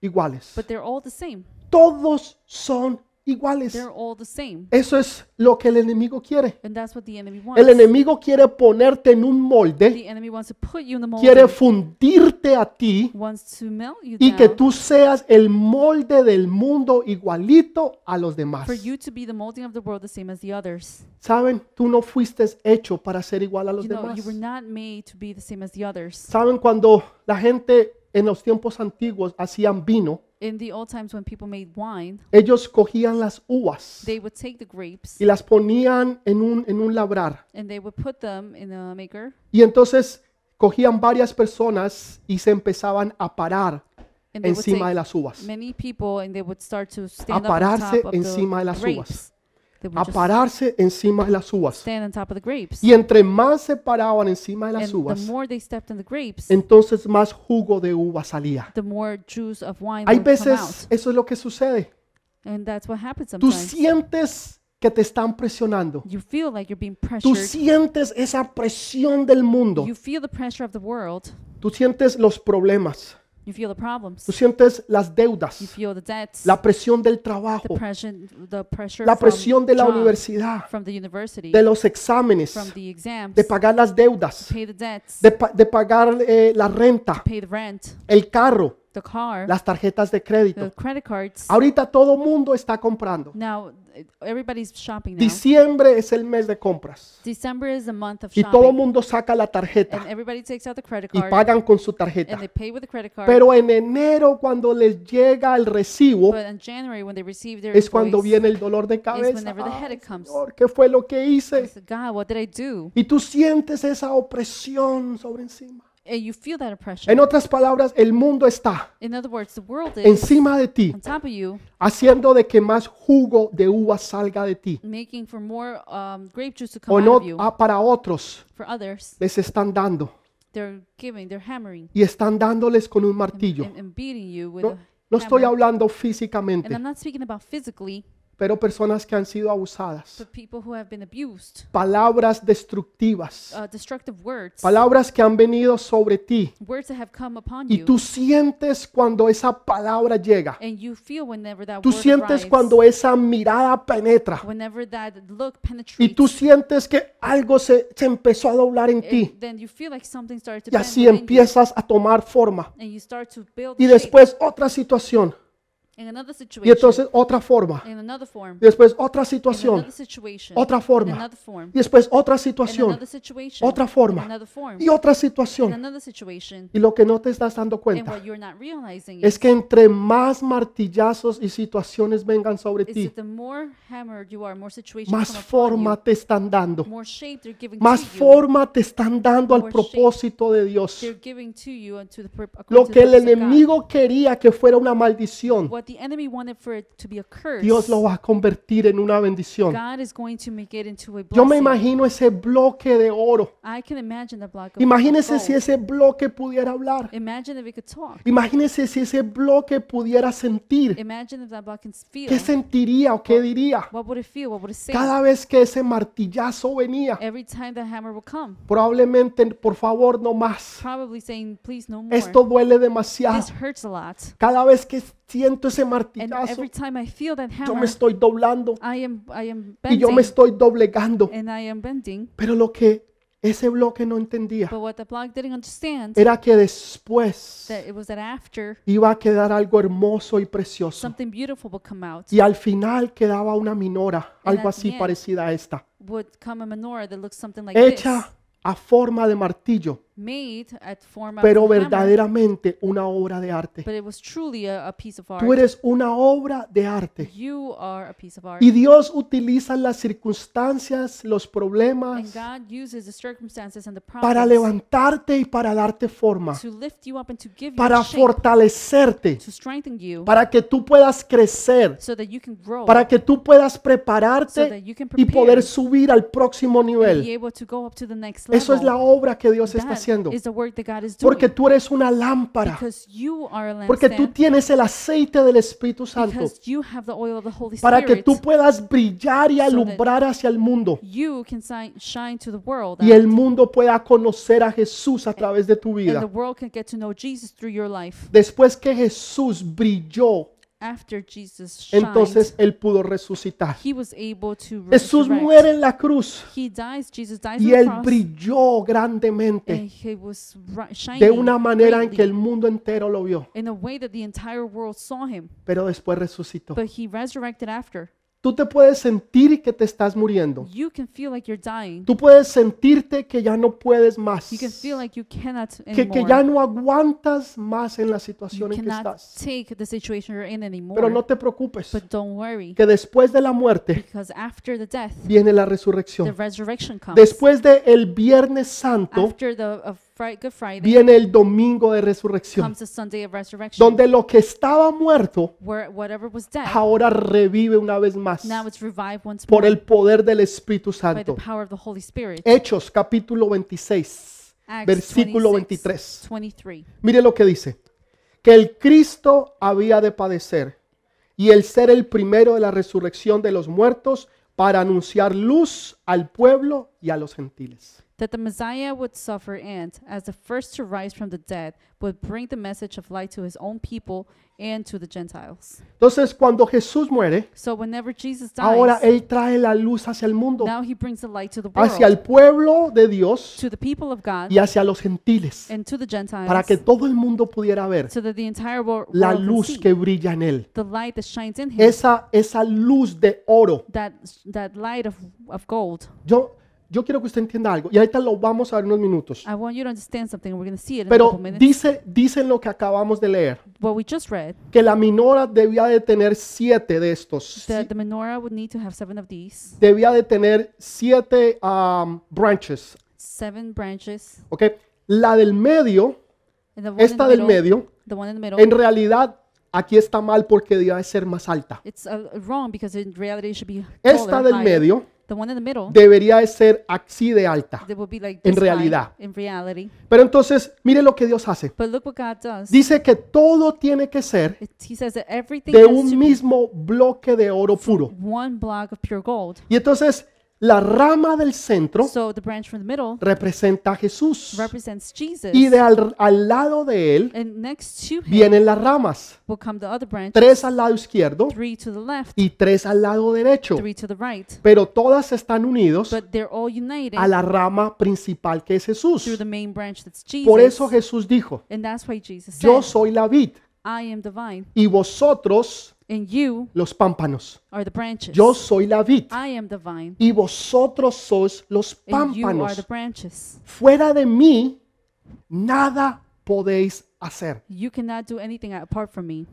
S1: iguales.
S2: but they're all the same.
S1: Todos son iguales.
S2: They're all the same.
S1: Eso es lo que el enemigo quiere.
S2: And that's what the enemy wants.
S1: El enemigo quiere ponerte en un molde,
S2: the enemy wants to put you in the mold,
S1: quiere fundirte a ti
S2: wants to melt you
S1: y que
S2: down
S1: tú seas el molde del mundo igualito a los demás.
S2: for you to be the molding of the world the same as the others.
S1: Saben, tú no fuiste hecho para ser igual a los
S2: You know,
S1: demás.
S2: you were not made to be the same as the others.
S1: Saben, cuando la gente en los tiempos antiguos hacían vino,
S2: In the old times when people made wine,
S1: ellos cogían las uvas
S2: they would take the grapes
S1: y las ponían en un, en un labrar.
S2: and they would put them in a maker
S1: Y entonces cogían varias personas y se empezaban a parar
S2: and they would take
S1: encima de las uvas.
S2: many people and they would start to stand up on
S1: pararse
S2: top of
S1: encima de
S2: the
S1: las uvas.
S2: grapes. They would
S1: A
S2: just
S1: pararse encima de las uvas.
S2: stand on top of the grapes.
S1: Y entre más se paraban encima de
S2: And
S1: las
S2: the
S1: uvas,
S2: more they stepped on the grapes,
S1: entonces más jugo de uva salía.
S2: the more juice of wine
S1: Hay
S2: would come
S1: veces
S2: out.
S1: eso es lo que sucede.
S2: And that's what happens
S1: Tú
S2: sometimes.
S1: sientes que te están presionando.
S2: You feel like you're being
S1: Tú
S2: pressured.
S1: sientes esa presión del mundo.
S2: You feel the pressure of the world.
S1: Tú sientes los problemas.
S2: You feel the problems.
S1: Tú sientes las
S2: You
S1: deudas,
S2: feel the debts,
S1: la presión del
S2: the
S1: trabajo,
S2: pressure, the pressure
S1: la
S2: from
S1: presión de la
S2: job,
S1: universidad,
S2: from the university,
S1: de los exámenes,
S2: from the exams,
S1: de pagar las deudas,
S2: pay the debts,
S1: de, pa- de pagar eh, la renta,
S2: pay the rent,
S1: el carro,
S2: the car,
S1: las tarjetas de
S2: the
S1: crédito.
S2: credit cards.
S1: Ahorita todo mundo está comprando.
S2: Now it- everybody's shopping now.
S1: Diciembre es el mes de compras
S2: December is the month of
S1: y todo
S2: shopping,
S1: mundo saca la
S2: and
S1: tarjeta
S2: everybody takes out the credit
S1: y
S2: card
S1: pagan con su
S2: and
S1: tarjeta.
S2: they pay with the credit card.
S1: Pero en enero cuando les llega el recibo
S2: But in January, when they receive their
S1: es cuando
S2: invoice,
S1: viene el dolor de cabeza.
S2: whenever the
S1: "Ay,
S2: headache comes." Pues,
S1: Señor, ¿qué fue lo que
S2: they
S1: hice?
S2: say, God, what did I do?
S1: Y tú sientes esa opresión sobre encima.
S2: And you feel that oppression.
S1: En otras palabras, el mundo está
S2: In other words, the world is
S1: encima de ti,
S2: on top of you,
S1: haciendo de que más jugo de uva salga de ti.
S2: making for more um, grape juice to
S1: O
S2: Mm, come
S1: no,
S2: out of you.
S1: ah, para otros
S2: For others,
S1: les están dando
S2: they're giving, they're hammering
S1: y están dándoles con un martillo.
S2: and, and beating you with
S1: No,
S2: a
S1: no estoy
S2: hammer.
S1: hablando
S2: And
S1: físicamente,
S2: I'm not speaking about physically,
S1: pero personas que han sido abusadas.
S2: but people who have been abused,
S1: Palabras destructivas.
S2: uh, destructive words,
S1: Palabras que han venido sobre ti.
S2: words that have come upon
S1: Y
S2: you.
S1: tú sientes cuando esa palabra llega.
S2: And you feel whenever that
S1: Tú
S2: word
S1: sientes
S2: arrives,
S1: cuando esa mirada penetra.
S2: whenever that look
S1: Y
S2: penetrates,
S1: tú sientes que algo se, se empezó a doblar en
S2: it-
S1: ti.
S2: then you feel like something started to
S1: Y
S2: bend
S1: así
S2: within you,
S1: empiezas a tomar forma.
S2: and you start to build
S1: Y
S2: shape
S1: después otra situación.
S2: in another
S1: Y
S2: situation,
S1: entonces otra forma.
S2: in another form,
S1: Y después otra
S2: in
S1: situación.
S2: another situation,
S1: Otra
S2: in
S1: forma.
S2: another form,
S1: Y después otra
S2: in
S1: situación.
S2: another situation,
S1: Otra
S2: in
S1: forma.
S2: another form,
S1: Y otra
S2: in
S1: situación.
S2: another situation.
S1: Y lo que no te estás dando
S2: And
S1: cuenta
S2: what you're not realizing
S1: es
S2: is,
S1: que entre más martillazos y situaciones vengan sobre
S2: is
S1: ti,
S2: that the more hammered you are, more situations
S1: más
S2: come upon
S1: forma te están dando.
S2: you, more shape they're giving
S1: Más
S2: to you.
S1: forma te están dando al
S2: More
S1: propósito de Dios.
S2: They're giving to you and to the purp-
S1: Lo
S2: according to
S1: que
S2: the
S1: el
S2: purpose of God.
S1: enemigo quería que fuera una maldición,
S2: What the enemy wanted for it to be a curse,
S1: Dios lo va a convertir en una bendición.
S2: God is going to make it into a blessing.
S1: Yo me imagino ese bloque de oro.
S2: I can imagine the block of
S1: Imagínese
S2: of
S1: si
S2: gold.
S1: ese bloque pudiera hablar.
S2: Imagine if it could talk.
S1: Imagínese si ese bloque pudiera sentir.
S2: Imagine if that block can feel.
S1: ¿Qué sentiría o qué diría?
S2: What would it feel? What would it say?
S1: Cada vez que ese martillazo venía,
S2: Every time the hammer will come,
S1: probablemente, por favor, no más.
S2: probably saying, "Please, no more.
S1: Esto duele
S2: this
S1: demasiado.
S2: hurts a lot."
S1: Cada vez que siento ese
S2: And
S1: martillazo,
S2: every time I feel that
S1: yo
S2: hammer,
S1: me estoy doblando
S2: I am, I am
S1: y
S2: bending,
S1: yo me estoy doblegando.
S2: and I am bending.
S1: Pero lo que ese bloque no entendía
S2: But what the block didn't understand
S1: era que después
S2: that it was that after
S1: iba a quedar algo hermoso y precioso.
S2: something beautiful would come out,
S1: Y al final quedaba una minora, algo
S2: at
S1: así
S2: the end,
S1: parecida a esta,
S2: would come a menorah that looks something like this,
S1: hecha a forma de martillo,
S2: made at form of
S1: pero
S2: a hammer,
S1: verdaderamente una obra de arte.
S2: but it was truly a, a piece of art.
S1: Tú eres una obra de arte.
S2: You are a piece of art.
S1: Y Dios utiliza las circunstancias, los
S2: And
S1: problemas
S2: God uses the circumstances and the
S1: para
S2: problems
S1: levantarte y para darte forma,
S2: to lift you up and to give you
S1: para
S2: shape,
S1: fortalecerte,
S2: to strengthen you,
S1: para que tú puedas crecer,
S2: so that you can grow,
S1: para que tú puedas
S2: so that
S1: prepararte
S2: you can
S1: y
S2: prepare,
S1: poder subir al próximo
S2: and be
S1: nivel.
S2: able to go up to the next level.
S1: Eso es la obra que Dios está
S2: That
S1: haciendo.
S2: is the work that God is doing.
S1: Porque tú eres una lámpara.
S2: because you are a
S1: Porque tú
S2: lampstand.
S1: tienes el aceite del Espíritu Santo.
S2: Because you have the oil of the Holy
S1: Para que
S2: Spirit.
S1: tú puedas brillar y alumbrar hacia el mundo.
S2: you can si- shine to the world.
S1: Y el mundo pueda conocer a Jesús a través de tu
S2: and the
S1: vida.
S2: world can get to know Jesus through your life.
S1: Después que Jesús brilló,
S2: After Jesus shined,
S1: entonces Él pudo resucitar.
S2: he was able to re-
S1: Jesús
S2: resurrect.
S1: muere en la cruz
S2: He dies, Jesus dies
S1: y
S2: on the
S1: Él
S2: cross,
S1: brilló
S2: and
S1: grandemente
S2: he was ri-
S1: de
S2: shining
S1: una manera en que
S2: greatly
S1: el mundo entero lo vio.
S2: in a way that the entire world saw him.
S1: Pero después resucitó.
S2: But he resurrected after.
S1: Tú te puedes sentir que te estás muriendo.
S2: You can feel like you're dying.
S1: Tú puedes sentirte que ya no puedes más.
S2: You can feel like you cannot
S1: Que,
S2: anymore.
S1: que ya no aguantas más en la
S2: you
S1: situación en que
S2: cannot
S1: estás.
S2: take the situation you're in anymore.
S1: Pero no te preocupes,
S2: but don't worry,
S1: que después de la muerte
S2: because after the death,
S1: viene la
S2: the
S1: resurrección.
S2: resurrection comes.
S1: Después de el Viernes Santo
S2: after the of Fri- Good Friday
S1: viene el domingo de resurrección,
S2: comes the Sunday of resurrection,
S1: donde lo que estaba muerto
S2: where whatever was dead
S1: ahora revive una vez más
S2: now it's revived once
S1: por
S2: more
S1: el poder del Espíritu
S2: by the
S1: Santo.
S2: power of the Holy Spirit.
S1: Hechos capítulo 26,
S2: Acts
S1: versículo
S2: 26,
S1: 23.
S2: 23.
S1: Mire lo que dice. Que el Cristo había de padecer y el ser el primero de la resurrección de los muertos para anunciar luz al pueblo y a los gentiles.
S2: That the Messiah would suffer and, as the first to rise from the dead, would bring the message of light to his own people and to the Gentiles.
S1: Entonces cuando Jesús muere,
S2: So whenever Jesus dies,
S1: ahora Él trae la luz hacia el mundo,
S2: now he brings the light to the world,
S1: hacia el pueblo de Dios
S2: to the people of God,
S1: y hacia los gentiles,
S2: and to the Gentiles,
S1: para que todo el mundo pudiera ver
S2: so that the entire wor- world
S1: la
S2: can
S1: luz
S2: see
S1: que brilla en Él.
S2: the light that shines in him,
S1: Esa, esa luz de oro.
S2: that, that light of, of gold.
S1: Yo, yo quiero que usted entienda algo y ahorita lo vamos a ver en unos minutos.
S2: I want you to understand something. We're going to see it in
S1: Ah,
S2: a
S1: Pero
S2: couple minutes.
S1: dice, dicen lo que acabamos de leer,
S2: what we just read,
S1: que la minora debía de tener siete de estos.
S2: the,
S1: si-
S2: the menorah would need to have seven of these,
S1: Debía de tener siete um, branches,
S2: seven branches.
S1: ¿ok? La del medio,
S2: And the one in
S1: esta
S2: the
S1: del
S2: middle,
S1: medio,
S2: the one in the middle,
S1: en realidad aquí está mal porque debía de ser más alta.
S2: it's uh, wrong because in reality it should be taller,
S1: Esta del
S2: higher.
S1: medio
S2: The one in the middle,
S1: debería de ser así de alta.
S2: that would be like
S1: en
S2: this high
S1: realidad.
S2: in reality.
S1: Pero entonces, mire lo que Dios hace.
S2: But look what God does.
S1: Dice que todo tiene que ser
S2: It- he says that everything
S1: de
S2: has
S1: un
S2: to
S1: mismo bloque de oro puro.
S2: be one block of pure gold.
S1: Y entonces, la rama del centro
S2: So the branch from the middle
S1: representa a Jesús.
S2: represents Jesus,
S1: Y de al, al lado de él
S2: and next to him
S1: vienen las ramas,
S2: will come the other branch,
S1: tres al lado izquierdo
S2: three to the left,
S1: y tres al lado derecho,
S2: three to the right.
S1: pero todas están unidos
S2: But they're all united
S1: a la rama principal que es
S2: through
S1: Jesús.
S2: the main branch that's Jesus.
S1: Por eso Jesús dijo,
S2: and that's why Jesus said,
S1: yo soy la vid
S2: I am the vine,
S1: y vosotros
S2: and you
S1: los pámpanos.
S2: are the branches.
S1: Yo soy la vid
S2: I am the vine,
S1: y vosotros sois los
S2: and you are the
S1: pámpanos.
S2: branches.
S1: Fuera de mí, nada podéis hacer.
S2: You cannot do anything apart from me.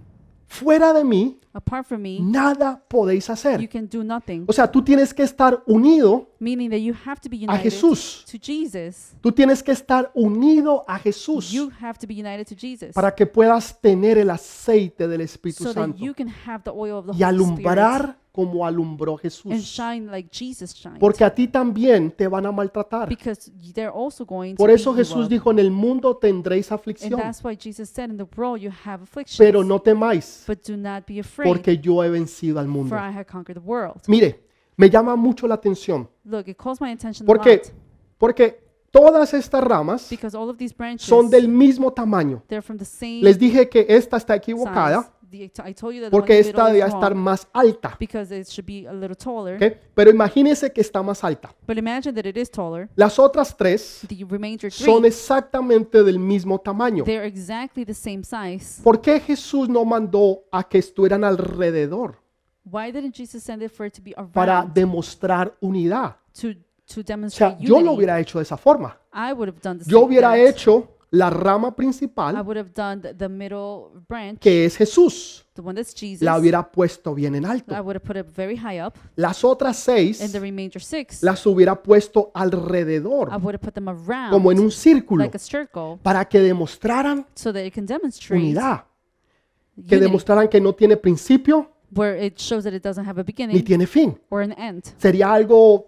S1: Fuera de mí,
S2: Apart from me,
S1: nada podéis
S2: you
S1: hacer.
S2: can do nothing.
S1: O sea, tú tienes que estar unido
S2: Meaning that you have to be
S1: a
S2: united
S1: Jesús.
S2: to Jesus.
S1: Tú tienes que estar unido a Jesús
S2: You have to be united to Jesus
S1: para que puedas tener el aceite del Espíritu
S2: so that
S1: Santo
S2: you can have the oil of the
S1: y
S2: Holy Spirit
S1: alumbrar como alumbró
S2: and
S1: Jesús.
S2: shine like Jesus shines.
S1: Porque a ti también te van a maltratar.
S2: because they're also going
S1: Por
S2: to
S1: eso
S2: beat you
S1: Jesús
S2: up.
S1: dijo, en el mundo tendréis
S2: And
S1: aflicción,
S2: that's why Jesus said, In the world you have affliction,
S1: pero no temáis,
S2: but do not be afraid,
S1: porque yo he vencido al mundo.
S2: for I have conquered the world.
S1: Mire, me llama mucho la atención,
S2: Look, it calls my attention a
S1: porque,
S2: lot
S1: porque todas estas ramas
S2: because all of these branches
S1: son del mismo tamaño.
S2: they're from the same
S1: Les dije que esta está
S2: size.
S1: equivocada
S2: The- I told you that the one
S1: porque
S2: in the
S1: esta
S2: middle
S1: debía
S2: is
S1: estar
S2: wrong
S1: más alta.
S2: because it should be a little taller.
S1: ¿ok? Pero imagínense que está más alta.
S2: But imagine that it is taller.
S1: Las otras tres
S2: The remainder
S1: son
S2: three,
S1: exactamente del mismo tamaño.
S2: they're exactly the same size.
S1: ¿Por qué Jesús no mandó a que estuvieran alrededor
S2: Why didn't Jesus send it for it to be around
S1: para demostrar unidad?
S2: to to
S1: O sea,
S2: demonstrate
S1: yo lo
S2: unity?
S1: hubiera hecho de esa forma.
S2: I would have done the
S1: Yo
S2: same
S1: hubiera
S2: thing.
S1: hecho la rama
S2: I
S1: principal,
S2: would have done the, the middle branch,
S1: que es Jesús.
S2: the one that's Jesus.
S1: La hubiera puesto bien en
S2: I
S1: alto.
S2: would have put it very high up,
S1: Las otras
S2: and
S1: seis
S2: the remainder six,
S1: las hubiera puesto
S2: I
S1: alrededor,
S2: would have put them around
S1: como en un círculo,
S2: like a circle,
S1: para que demostraran
S2: so that it can demonstrate
S1: unidad. que
S2: unity,
S1: demostraran que no tiene principio
S2: where it shows that it doesn't have a
S1: ni
S2: beginning
S1: tiene fin.
S2: or an end.
S1: Sería algo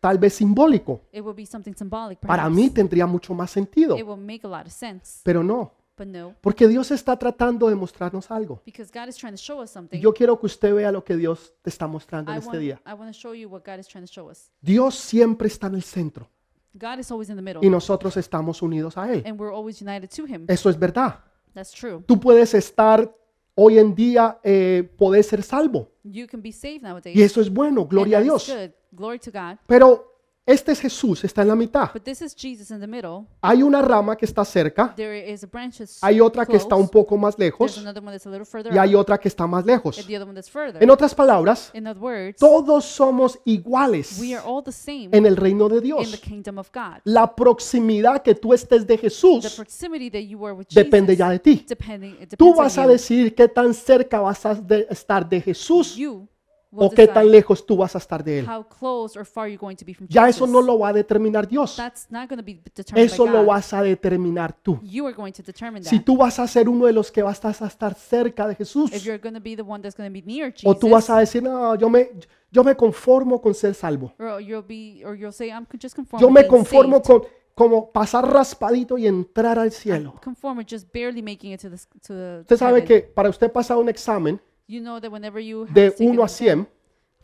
S1: tal vez simbólico.
S2: It would be something symbolic, perhaps.
S1: Para mí tendría mucho más sentido,
S2: It will make a lot of sense.
S1: pero no,
S2: But no,
S1: porque Dios está tratando de mostrarnos algo.
S2: because God is trying to show us something.
S1: Yo quiero que usted vea lo que Dios te está mostrando en
S2: I
S1: este
S2: want,
S1: día.
S2: I want to show you what God is trying to show us.
S1: Dios siempre está en el centro
S2: God is always in the middle,
S1: y Eh. nosotros estamos unidos a Él.
S2: and we're always united to Him.
S1: Eso es verdad.
S2: That's true.
S1: Tú puedes estar hoy en día, eh, poder ser salvo.
S2: You can be saved nowadays.
S1: Y eso es bueno,
S2: and
S1: gloria a
S2: that is
S1: Dios.
S2: Good. Glory to God.
S1: Pero este es Jesús, está en la mitad.
S2: But this is Jesus in the middle.
S1: Hay una rama que está cerca,
S2: There is a branch that's
S1: hay otra que está un
S2: close.
S1: poco más
S2: There's
S1: lejos
S2: another one that's a little further
S1: y hay
S2: up,
S1: otra que está más lejos.
S2: and the other one that's further.
S1: En otras palabras,
S2: in other words,
S1: todos somos iguales
S2: we are all the same
S1: en el reino de
S2: in the
S1: Dios.
S2: kingdom of God.
S1: La proximidad que tú estés de
S2: The
S1: Jesús
S2: proximity that you are with Jesus
S1: depende ya de ti.
S2: depending, it
S1: Tú
S2: depends
S1: vas a
S2: on you.
S1: decidir qué tan cerca vas a de- estar de Jesús
S2: you will
S1: o qué
S2: decide
S1: tan lejos tú vas a estar de Él.
S2: how close or far you're going to be from
S1: Ya
S2: Jesus.
S1: eso no lo va a determinar Dios.
S2: That's not going to be determined
S1: Eso
S2: by
S1: lo
S2: God.
S1: vas a determinar tú.
S2: You are going to determine that.
S1: Si tú vas a ser uno de los que vas a estar cerca de Jesús,
S2: if you're going to be the one that's going to be near Jesus,
S1: o tú vas a decir, no, yo me, yo me conformo con ser salvo.
S2: or you'll be, or you'll say, I'm just conformed.
S1: Yo
S2: with
S1: me
S2: being
S1: conformo
S2: saved."
S1: con como pasar raspadito y entrar al cielo.
S2: Conform with just barely making it to the s- to the.
S1: Usted sabe
S2: heaven. Ah,
S1: que para usted pasar un examen
S2: you know that whenever you have
S1: de
S2: taken
S1: 1 a
S2: an exam
S1: 100,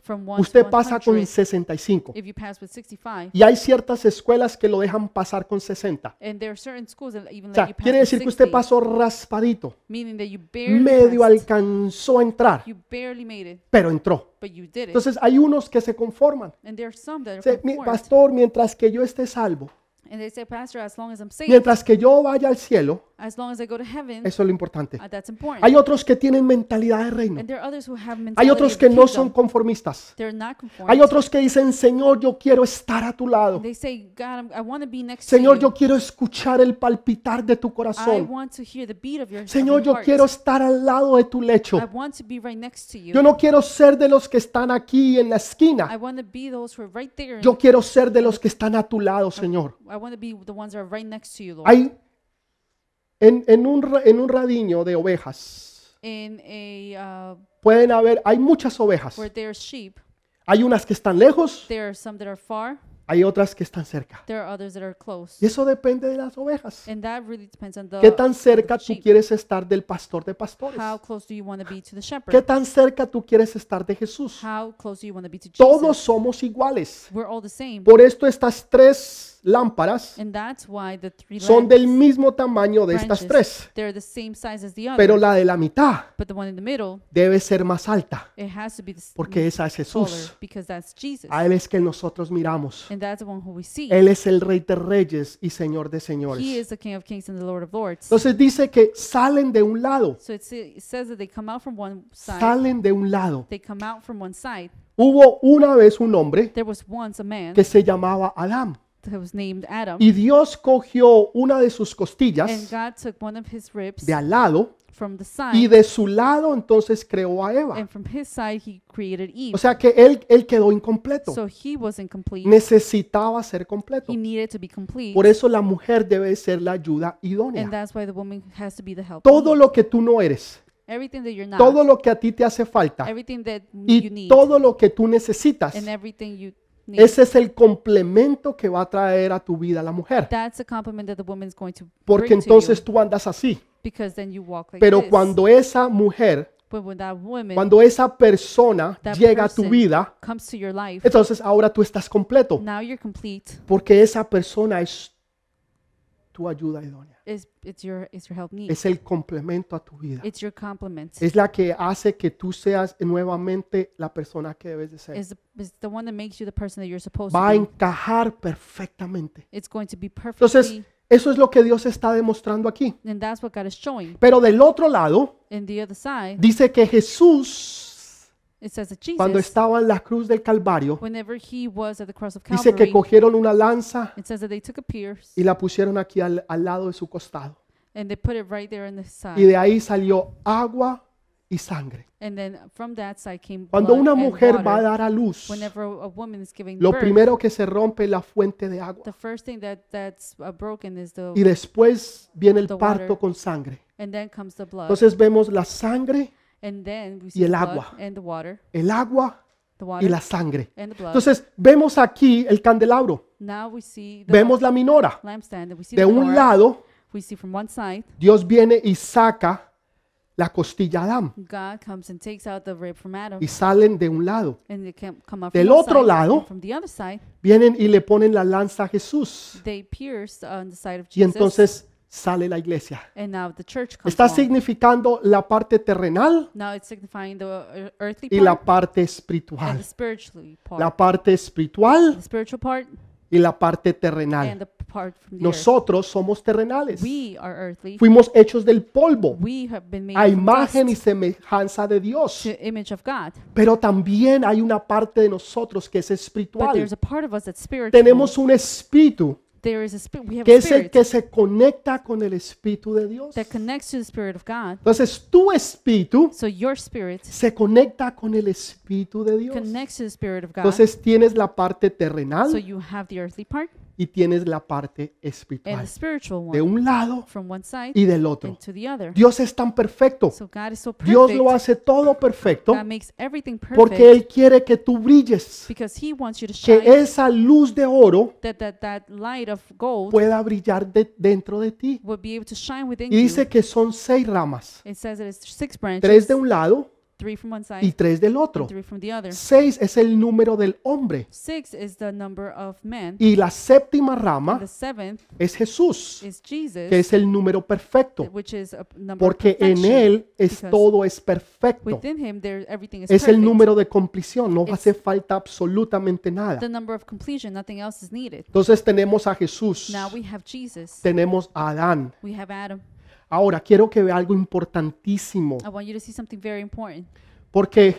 S2: from one
S1: usted
S2: to
S1: pasa con
S2: 100,
S1: 65.
S2: if you pass with 65,
S1: Y hay ciertas escuelas que lo dejan pasar con 60.
S2: and there are certain schools that even
S1: O
S2: let
S1: sea,
S2: you pass
S1: quiere
S2: with
S1: decir que usted
S2: 60,
S1: pasó raspadito,
S2: meaning that you barely
S1: medio
S2: passed.
S1: alcanzó a entrar,
S2: You barely made it,
S1: pero entró.
S2: but you did it.
S1: Entonces hay unos que se conforman.
S2: And there are some that are
S1: Dice, "Mi-
S2: conformed.
S1: pastor, mientras que yo esté salvo,
S2: And they say, Pastor, as long as I'm saved,
S1: mientras que yo vaya al cielo,
S2: as long as I go to heaven,
S1: eso es lo importante.
S2: uh, that's important.
S1: Hay otros que tienen mentalidad de reino.
S2: and there are others who have mentality
S1: Hay
S2: of
S1: otros
S2: the
S1: que no
S2: kingdom.
S1: son conformistas.
S2: They're not conformed.
S1: Hay otros que dicen, Señor, yo quiero estar a tu lado.
S2: they say, God, I'm, I want to be next
S1: Señor,
S2: to you.
S1: yo quiero escuchar el palpitar de tu
S2: I
S1: corazón.
S2: want to hear the beat of your, of
S1: Señor,
S2: your
S1: yo
S2: heart.
S1: quiero estar al lado de tu lecho.
S2: I want to be right next to you.
S1: Yo no quiero ser de los que están aquí en la
S2: I
S1: esquina.
S2: want to be those who are right there. in
S1: Yo quiero ser de los que están a tu lado, Señor.
S2: the- I want to be the ones that are right next to you, Lord.
S1: Hay en, en un, ra- en un radiño de ovejas.
S2: in a uh,
S1: pueden haber, hay muchas ovejas.
S2: where there's sheep,
S1: Hay unas que están lejos,
S2: there are some that are far,
S1: hay otras que están cerca.
S2: there are others that are close.
S1: Y eso depende de las ovejas.
S2: And that really depends on the
S1: ¿Qué tan cerca tú
S2: sheep.
S1: quieres estar del pastor de pastores?
S2: how close do you want to be to the shepherd?
S1: ¿Qué tan cerca tú quieres estar de Jesús?
S2: How close do you want to be to Jesus?
S1: Todos somos iguales.
S2: We're all the same.
S1: Por esto estas tres lámparas
S2: And that's why the three
S1: son
S2: lamp
S1: del mismo tamaño de estas
S2: branches,
S1: tres,
S2: they're the same size as the other.
S1: pero la de la mitad
S2: but the one in the middle,
S1: debe ser más alta,
S2: it has to be the s-
S1: porque esa es
S2: Mm. taller
S1: Jesús.
S2: because that's Jesus.
S1: A Él es que nosotros miramos.
S2: and that's the one who we see.
S1: Él es el Rey de Reyes y Señor de
S2: He
S1: Señores.
S2: is the King of Kings and the Lord of Lords.
S1: Entonces dice que salen de un lado,
S2: so it, sa- it says that they come out from one side.
S1: salen de un lado.
S2: They come out from one side.
S1: Hubo una vez un hombre
S2: There was once a man
S1: que se llamaba Adán
S2: that was named Adam,
S1: y Dios cogió una de sus
S2: and
S1: costillas
S2: God took one of his ribs
S1: de al lado
S2: from the side,
S1: y de su lado entonces creó a Eva.
S2: and from his side he created Eve.
S1: O sea que él, él quedó incompleto,
S2: so he was incomplete.
S1: necesitaba ser completo.
S2: He needed to be complete.
S1: Por eso la mujer debe ser la ayuda
S2: And
S1: idónea.
S2: that's why the woman has to be the help.
S1: Todo lo que tú no eres,
S2: everything that you're not,
S1: todo lo que a ti te hace falta
S2: everything that you
S1: y
S2: need,
S1: todo lo que tú necesitas,
S2: and everything you need.
S1: ese es el complemento que va a traer a tu vida la mujer.
S2: that's a compliment that the woman's going to
S1: Porque
S2: bring to
S1: entonces
S2: you,
S1: tú andas así.
S2: because then you walk like
S1: Pero
S2: this.
S1: cuando esa mujer,
S2: but when that woman
S1: cuando esa persona
S2: That
S1: llega a tu
S2: person. Mm.
S1: vida,
S2: comes to your life,
S1: entonces ahora tú estás completo.
S2: now you're complete.
S1: Porque esa persona es tu ayuda idónea.
S2: It's, it's your it's your help need.
S1: Es el complemento a tu vida.
S2: it's your compliment.
S1: Es la que hace que tú seas nuevamente la persona que debes de ser.
S2: It's the, it's the one that makes you the person that you're supposed
S1: Va a
S2: to be.
S1: encajar perfectamente.
S2: It's going to be perfectly,
S1: Entonces, eso es lo que Dios está demostrando aquí.
S2: and that's what God is showing.
S1: Pero del otro lado,
S2: And the other side,
S1: dice que Jesús,
S2: it says that Jesus,
S1: cuando estaba en la cruz del Calvario,
S2: whenever he was at the cross of
S1: Dice
S2: Calvary,
S1: que cogieron una lanza
S2: It says that they took a pierce
S1: y la pusieron aquí al, al lado de su costado.
S2: and they put it right there in the side.
S1: Y de ahí salió agua y sangre.
S2: and then from that side came
S1: Cuando
S2: blood
S1: una
S2: and
S1: mujer va a
S2: water.
S1: dar a luz,
S2: Whenever a woman is giving
S1: lo
S2: birth,
S1: primero que se rompe es la fuente de agua.
S2: the first thing that that's uh, broken is the
S1: Y después viene el
S2: The
S1: parto
S2: water.
S1: con sangre.
S2: and then comes the blood.
S1: Entonces vemos la sangre,
S2: and then we
S1: el
S2: see the
S1: agua.
S2: blood and the water,
S1: el agua
S2: the the
S1: y
S2: water
S1: la sangre.
S2: and the blood.
S1: Entonces vemos aquí el candelabro,
S2: Now we see the
S1: vemos la minora.
S2: lampstand and we see
S1: De
S2: the
S1: un
S2: menorah.
S1: lado,
S2: We see from one side,
S1: Dios viene y saca la costilla a Adán
S2: God comes and takes out the rib from Adam,
S1: y salen de un lado.
S2: and they can come out
S1: Del
S2: from one
S1: otro
S2: side,
S1: lado-
S2: and from the other side,
S1: Vienen y le ponen la lanza a Jesús
S2: they pierced on the side of
S1: y
S2: Jesus,
S1: entonces sale la iglesia.
S2: and now the church comes.
S1: Está
S2: along.
S1: significando la parte terrenal
S2: Now it's signifying the uh, earthly
S1: y
S2: part
S1: la parte
S2: and the
S1: espiritual.
S2: spiritually part,
S1: La parte espiritual
S2: the spiritual part
S1: y la parte
S2: and
S1: terrenal.
S2: the part from the earth.
S1: Nosotros somos terrenales.
S2: We are earthly.
S1: Fuimos hechos del polvo,
S2: We have been made
S1: a
S2: from dust
S1: imagen y semejanza de Dios.
S2: to image of God,
S1: Pero también hay una parte de nosotros que es
S2: but
S1: espiritual.
S2: there's a part of us that's spiritual.
S1: Tenemos un espíritu
S2: there is a spirit. We have
S1: que
S2: a
S1: es el
S2: spirit
S1: que se conecta con el espíritu de Dios.
S2: that connects to the spirit of God.
S1: Entonces tu espíritu
S2: So your spirit
S1: se conecta con el espíritu de Dios.
S2: connects to the spirit of God.
S1: Entonces tienes la parte
S2: so
S1: terrenal
S2: you have the earthly part
S1: y tienes la parte
S2: and the
S1: espiritual.
S2: spiritual one
S1: De un lado
S2: from one side
S1: y del otro.
S2: and to the other.
S1: Dios es tan perfecto.
S2: so God is so perfect.
S1: Dios lo hace todo perfecto
S2: God makes everything perfect
S1: porque Él quiere que tú brilles.
S2: because He wants you to
S1: Que
S2: shine.
S1: esa luz de oro
S2: that, that that light of gold
S1: pueda brillar de- dentro de ti.
S2: would be able to shine within
S1: Y dice
S2: you.
S1: que son seis ramas.
S2: It says that it's six
S1: Tres
S2: branches,
S1: de un lado
S2: three from one
S1: y
S2: side,
S1: tres del otro.
S2: three from the other.
S1: Seis es el número del hombre.
S2: Six is the number of men.
S1: Y la séptima
S2: and
S1: rama
S2: The seventh
S1: es Jesús,
S2: is
S1: que
S2: Jesus,
S1: es el número perfecto.
S2: which is a p- number of
S1: Porque en
S2: perfection.
S1: Él es
S2: because
S1: todo es perfecto.
S2: Within him, there everything is
S1: Es el
S2: perfect.
S1: número de compleción. No
S2: It's-
S1: hace falta absolutamente nada.
S2: The number of completion, nothing else is needed.
S1: Entonces tenemos a Jesús.
S2: Now we have Jesus.
S1: Tenemos a Adán.
S2: We have Adam.
S1: Ahora quiero que vea algo importantísimo.
S2: I want you to see something very important.
S1: Porque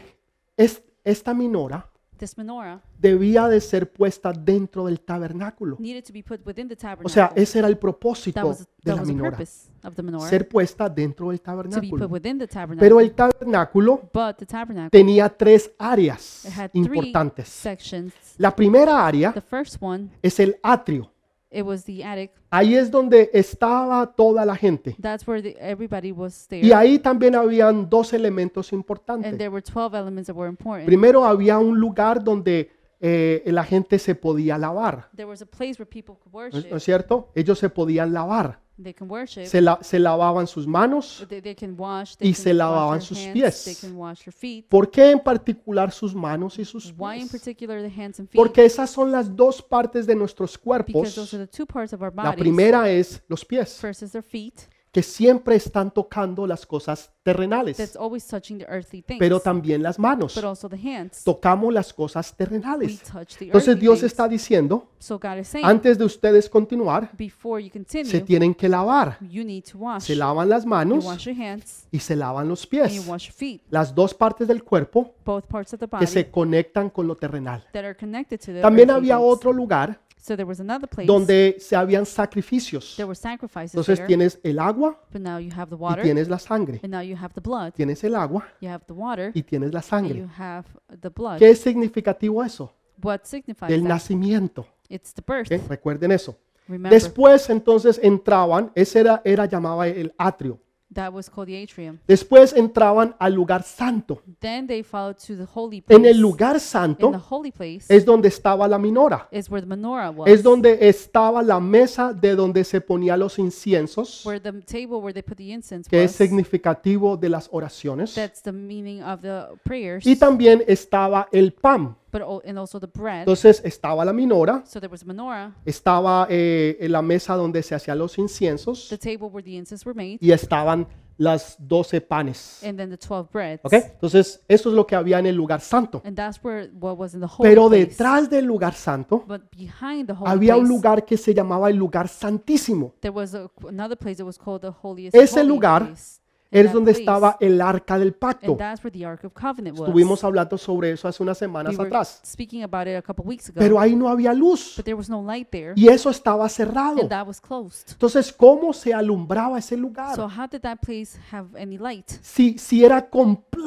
S1: es- esta minora
S2: This menorah
S1: debía de ser puesta dentro del tabernáculo.
S2: needed to be put within the
S1: O sea,
S2: tabernacle.
S1: ese era el
S2: that
S1: propósito
S2: was,
S1: de la
S2: that was the
S1: minora.
S2: purpose of the menorah.
S1: Ser puesta dentro del
S2: to be put
S1: tabernáculo.
S2: within the tabernacle.
S1: Pero el tabernáculo
S2: but the tabernacle
S1: tenía tres áreas
S2: it had three
S1: importantes.
S2: sections.
S1: La primera área
S2: The first one,
S1: es el atrio.
S2: it was the attic.
S1: Ahí es donde estaba toda la gente.
S2: That's where the, everybody was there.
S1: Y ahí también habían dos elementos
S2: And
S1: importantes.
S2: there were 12 elements that were important.
S1: Primero había un lugar donde eh, la gente se podía lavar,
S2: there was a place where people
S1: ¿no
S2: could worship.
S1: es- ¿no es cierto? Ellos se podían lavar.
S2: They can worship.
S1: Se, la- se lavaban sus manos.
S2: They, they can wash.
S1: Y
S2: They
S1: se
S2: can
S1: lavaban
S2: wash their
S1: sus
S2: hands. They
S1: pies.
S2: can wash their feet.
S1: ¿Por qué en particular sus manos y sus
S2: Why in
S1: pies?
S2: particular the hands and feet?
S1: Porque esas son las dos partes de nuestros
S2: because those
S1: cuerpos.
S2: are the two parts of our
S1: La
S2: bodies.
S1: primera es los pies,
S2: First is their feet.
S1: que siempre están tocando las cosas
S2: That's
S1: terrenales,
S2: always touching the earthly things.
S1: pero también las manos.
S2: but also the hands.
S1: Tocamos las cosas
S2: We
S1: terrenales.
S2: touch the
S1: Entonces
S2: earthly
S1: Dios
S2: things.
S1: está diciendo,
S2: So God is saying,
S1: antes de ustedes continuar,
S2: before you
S1: se
S2: continue,
S1: tienen que lavar.
S2: you need to wash.
S1: Se
S2: You
S1: lavan las manos
S2: wash your hands
S1: y se lavan los
S2: and you
S1: pies.
S2: wash your feet.
S1: Las dos partes del cuerpo
S2: Both parts of the
S1: que
S2: body
S1: se conectan con lo terrenal.
S2: that are connected to the
S1: También
S2: earthly
S1: había
S2: things.
S1: otro lugar
S2: So there was another place
S1: donde se habían sacrificios.
S2: there were sacrifices
S1: Entonces
S2: there,
S1: tienes el agua
S2: but now you have the
S1: y
S2: water,
S1: tienes la sangre.
S2: and now you have the blood.
S1: Tienes el agua
S2: You have the water,
S1: y tienes la
S2: and you
S1: sangre.
S2: have the blood.
S1: ¿Qué es significativo eso?
S2: What signifies
S1: Del
S2: that?
S1: nacimiento.
S2: It's the birth.
S1: ¿ok? Recuerden eso.
S2: Remember,
S1: Después entonces entraban, ese era, era llamaba el atrio.
S2: that was called the atrium.
S1: Después entraban al lugar santo.
S2: Then they followed to the holy place.
S1: En el lugar
S2: In the
S1: santo
S2: holy place
S1: es donde estaba la minora.
S2: is where the menorah was.
S1: Es donde estaba la mesa de donde se ponían los inciensos,
S2: where the table where they put the incense
S1: que es
S2: was.
S1: significativo de las oraciones.
S2: That's the meaning of the prayers,
S1: Y también estaba el pan.
S2: but al- and also the bread.
S1: Entonces estaba la minora,
S2: So there was a menorah,
S1: estaba eh, en la mesa donde se hacían los inciensos
S2: the table where the incense were made,
S1: y estaban las doce panes.
S2: and then the twelve breads.
S1: ¿ok? Entonces, eso es lo que había en el lugar santo.
S2: And that's where what was in the holy
S1: Pero
S2: place.
S1: detrás del lugar santo
S2: but behind the holy
S1: había un
S2: place,
S1: lugar que se llamaba el lugar santísimo.
S2: there was a, another place that was called the holiest
S1: Ese
S2: holy
S1: lugar
S2: place.
S1: Es
S2: And that
S1: donde
S2: place-
S1: estaba el arca del pacto.
S2: And that's where the Ark of Covenant was.
S1: Estuvimos hablando sobre eso hace unas
S2: we
S1: semanas
S2: were
S1: atrás.
S2: speaking about it a couple weeks ago,
S1: Pero ahí no había luz
S2: but there was no light there,
S1: y eso estaba cerrado.
S2: and that was closed.
S1: Entonces, ¿cómo se alumbraba ese
S2: So
S1: lugar?
S2: how did that place have any light?
S1: Si, si era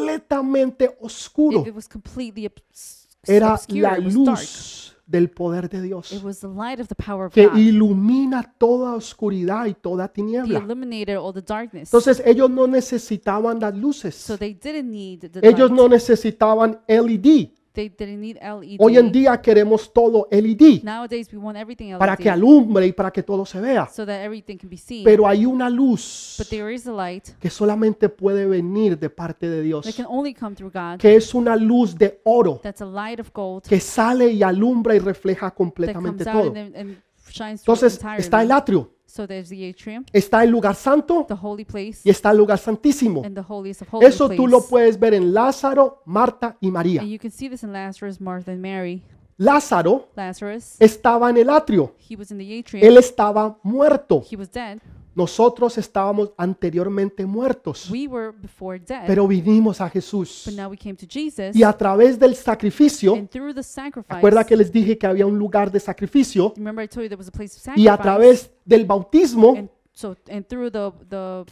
S1: completamente oscuro,
S2: If it was completely obs-
S1: era
S2: obscure,
S1: la
S2: it was dark.
S1: luz del poder de Dios
S2: It was the light of the power of
S1: que
S2: God.
S1: ilumina toda oscuridad y toda
S2: He
S1: tiniebla.
S2: eliminated all the darkness.
S1: Entonces ellos no necesitaban las luces,
S2: so they didn't need the
S1: ellos
S2: light. E
S1: no necesitaban LED,
S2: They didn't need LED.
S1: Hoy en día queremos todo LED
S2: Nowadays, we want everything LED
S1: para que alumbre y para que todo se vea.
S2: so that everything can be seen.
S1: Pero hay una luz
S2: but there is a light
S1: que solamente puede venir de parte de Dios,
S2: that can only come through God.
S1: que es una luz de oro
S2: That's a light of gold
S1: que sale y alumbra y refleja
S2: that comes
S1: completamente
S2: out
S1: todo.
S2: and, then- and shines through
S1: Entonces
S2: entirely.
S1: está el atrio,
S2: so there's the atrium,
S1: está el lugar santo
S2: the holy place,
S1: y está el lugar santísimo.
S2: and the holiest of holies.
S1: Eso tú lo puedes ver en Lázaro, Marta y María.
S2: And you can see this in Lazarus, Martha, and Mary.
S1: Lázaro
S2: Lazarus,
S1: estaba en el atrio,
S2: he was in the atrium.
S1: Eh, él estaba muerto.
S2: He was dead.
S1: Nosotros estábamos anteriormente muertos,
S2: We were before dead.
S1: pero vinimos a Jesús.
S2: but now we came to Jesus.
S1: Y a través del sacrificio,
S2: and through the sacrifice,
S1: recuerda que les dije que había un lugar de sacrificio,
S2: remember I told you there was a place of sacrifice.
S1: y a través del bautismo,
S2: and so and through the the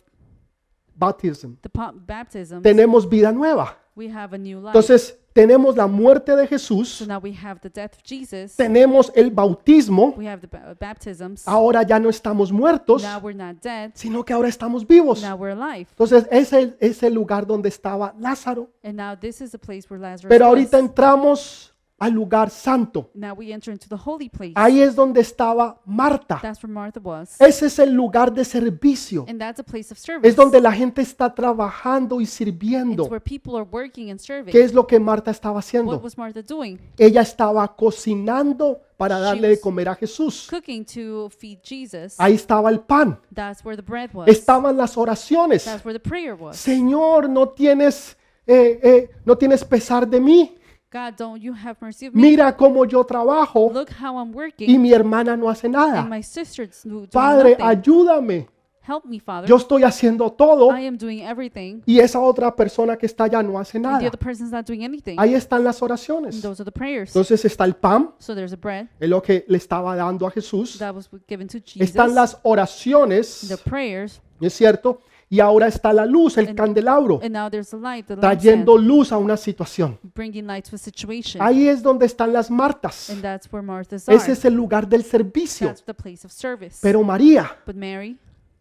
S1: bautismo,
S2: the pa- baptism,
S1: tenemos vida nueva.
S2: we have a new life.
S1: Entonces, tenemos la muerte de
S2: so
S1: Jesús,
S2: now we have the death of Jesus.
S1: tenemos el bautismo,
S2: We have the ba- baptisms.
S1: ahora ya no estamos muertos,
S2: Now we're not dead.
S1: sino que ahora estamos vivos.
S2: Now we're alive.
S1: Entonces, ese es el lugar donde estaba Lázaro.
S2: And now this is the place where Lazarus
S1: Pero ahorita
S2: was.
S1: entramos al lugar santo.
S2: Now we enter into the holy place.
S1: Ahí es donde estaba Marta.
S2: That's where Martha was.
S1: Ese Ah, es el lugar de servicio.
S2: And that's a place of service.
S1: Es donde la gente está trabajando y
S2: It's
S1: sirviendo.
S2: where people are working and serving.
S1: ¿Qué es lo que Marta estaba
S2: What
S1: haciendo?
S2: was Martha doing?
S1: Ella estaba cocinando para darle de comer a Jesús.
S2: Cooking to feed Jesus.
S1: Ahí estaba el pan.
S2: That's where the bread was.
S1: Estaban las oraciones.
S2: That's where the prayer was.
S1: Señor, no tienes, eh, eh, no tienes pesar de mí.
S2: God, don't you have mercy of me?
S1: Mira cómo yo trabajo
S2: Look how I'm
S1: y
S2: working.
S1: mi hermana no hace
S2: And
S1: nada.
S2: my sister's doing
S1: Padre,
S2: nothing.
S1: ayúdame.
S2: Help me, Father.
S1: Yo estoy haciendo todo
S2: I am doing everything.
S1: y esa otra persona que está allá no hace
S2: And the
S1: nada.
S2: other person's not doing anything.
S1: Ahí están las oraciones.
S2: Those are the prayers.
S1: Entonces está el pan,
S2: So there's a bread
S1: es lo que le estaba dando a Jesús.
S2: that was given to Jesus.
S1: Están las
S2: the
S1: oraciones,
S2: prayers,
S1: ¿no es cierto? Y ahora está la luz, el candelabro,
S2: and now there's the light, the lampstand,
S1: trayendo luz a una situación.
S2: bringing light to a situation.
S1: Ahí es donde están las Martas.
S2: and that's where Martha's
S1: Ese
S2: are.
S1: es el lugar del servicio.
S2: That's the place of service.
S1: Pero María,
S2: but Mary,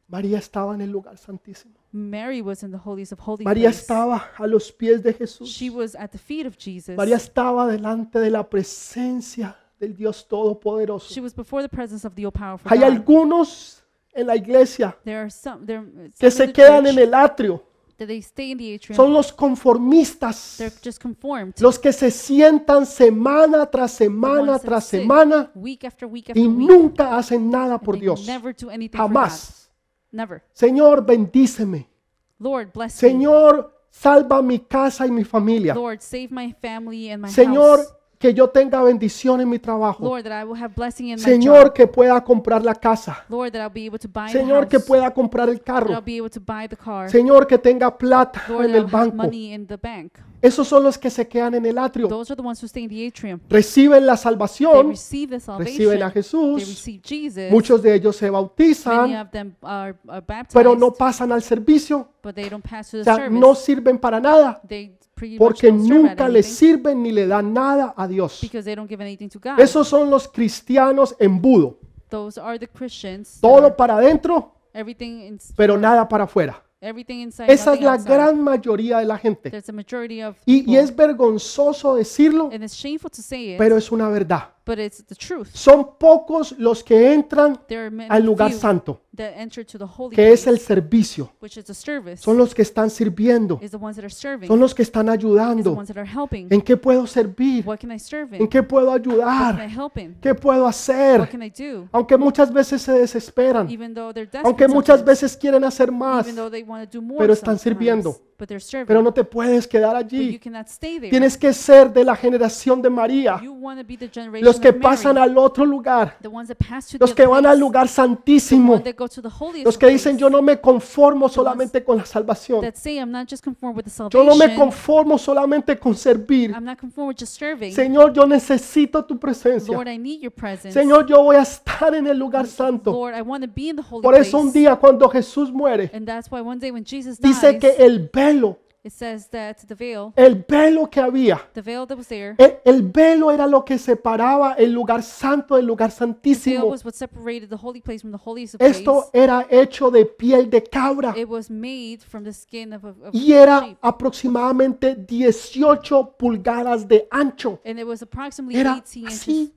S1: María estaba en el lugar santísimo.
S2: Mary was in the holies of holies.
S1: María estaba a los pies de Jesús.
S2: She was at the feet of Jesus.
S1: María estaba delante de la presencia del Dios Todopoderoso.
S2: she was before the presence of the all-powerful
S1: Hay
S2: God.
S1: algunos en la iglesia
S2: there are some, there,
S1: que se quedan en el atrio.
S2: that they stay in the atrium.
S1: Son los conformistas,
S2: They're just conformed
S1: los que se sientan semana tras semana tras semana
S2: week after week after
S1: y
S2: week.
S1: nunca hacen nada por
S2: They
S1: Dios.
S2: Never do anything for God.
S1: Jamás.
S2: Never.
S1: Señor, bendíceme.
S2: Lord, bless me.
S1: Señor, salva mi casa y mi familia.
S2: Lord, save my family and my
S1: Señor,
S2: house.
S1: que yo tenga bendición en mi trabajo.
S2: Lord, that I will have blessing in my
S1: Señor,
S2: job.
S1: que pueda comprar la casa.
S2: Lord, that I'll be able to buy
S1: Señor,
S2: the
S1: que
S2: house.
S1: pueda comprar el
S2: that I'll
S1: carro.
S2: be able to buy the car.
S1: Señor, que tenga plata
S2: Lord,
S1: en
S2: that
S1: el
S2: I'll have
S1: banco.
S2: money in the bank.
S1: Esos son los que se quedan en el atrio.
S2: Those are the ones who stay in the atrium.
S1: Reciben la
S2: They
S1: salvación,
S2: receive the
S1: reciben a
S2: salvation. They
S1: Jesús.
S2: receive Jesus.
S1: Muchos de ellos se
S2: Many
S1: bautizan,
S2: of them are, are baptized,
S1: pero no pasan al servicio.
S2: but they don't pass through
S1: O
S2: the
S1: sea,
S2: este service.
S1: no sirven para nada
S2: they pretty much
S1: porque
S2: don't serve at
S1: nunca le
S2: anything
S1: sirven ni le dan nada a Dios.
S2: because they don't give anything to God.
S1: Esos son los cristianos embudo.
S2: Those are the Christians. that
S1: Todo
S2: are
S1: para adentro,
S2: everything, in,
S1: pero nada para afuera.
S2: everything inside.
S1: Esa es
S2: nothing
S1: la
S2: outside.
S1: gran mayoría de la gente.
S2: There's a majority of
S1: Y,
S2: people,
S1: y es vergonzoso decirlo,
S2: and it's shameful to say it,
S1: pero es una verdad.
S2: but it's the truth.
S1: Son pocos los que entran
S2: There are many
S1: al lugar
S2: few
S1: santo,
S2: that enter to the holy
S1: que es
S2: place,
S1: el servicio.
S2: which is the service,
S1: Son los que están sirviendo,
S2: is the ones that are serving,
S1: son los que están
S2: is the
S1: ayudando.
S2: ones that are helping.
S1: ¿En qué puedo servir?
S2: What can I serve in?
S1: ¿En qué puedo
S2: What can I
S1: ayudar?
S2: help in?
S1: ¿Qué puedo
S2: What
S1: hacer?
S2: can I do?
S1: Aunque muchas veces se desesperan,
S2: Even though they're
S1: Ah,
S2: desperate,
S1: aunque muchas
S2: sometimes,
S1: veces quieren hacer más,
S2: even though they want to do more,
S1: pero están
S2: sometimes,
S1: sirviendo.
S2: but they're serving.
S1: pero no te puedes quedar
S2: but you
S1: allí.
S2: cannot stay there.
S1: Tienes que ser de la generación de María,
S2: you want to be the
S1: los
S2: generation
S1: que
S2: of Mary,
S1: pasan al otro lugar,
S2: the ones that pass to
S1: los
S2: the
S1: que
S2: other
S1: van
S2: place,
S1: al lugar santísimo,
S2: one that go to the holiest
S1: los
S2: of
S1: que
S2: holies,
S1: dicen yo no me conformo solamente con la salvación,
S2: that say I'm not just conformed with the
S1: yo
S2: salvation.
S1: no me conformo solamente con servir.
S2: I'm not conformed with just serving.
S1: Señor, yo necesito tu presencia.
S2: Lord, I need your presence.
S1: Señor, yo voy a estar en el lugar santo.
S2: Lord, I want to be in the holy
S1: Por eso un
S2: place.
S1: día cuando Jesús muere,
S2: and that's why one day when Jesus
S1: dice
S2: dies,
S1: que el velo
S2: It says that the veil,
S1: El velo que había,
S2: the veil that was there,
S1: e- el velo era lo que separaba el lugar santo del lugar
S2: veil
S1: santísimo.
S2: was what separated the holy place from the holiest of place.
S1: Esto era hecho de piel de cabra
S2: It was made from the skin of a of
S1: y era
S2: sheep,
S1: aproximadamente 18 pulgadas de ancho.
S2: and it was approximately
S1: Era
S2: 18 inches
S1: así.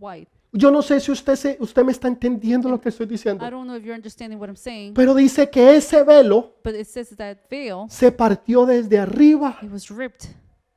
S2: wide.
S1: Yo no sé si usted, se- usted me está entendiendo lo que estoy
S2: I
S1: diciendo,
S2: don't know if you're understanding what I'm saying,
S1: pero dice que ese velo
S2: but it says that veil
S1: se partió desde arriba
S2: it was ripped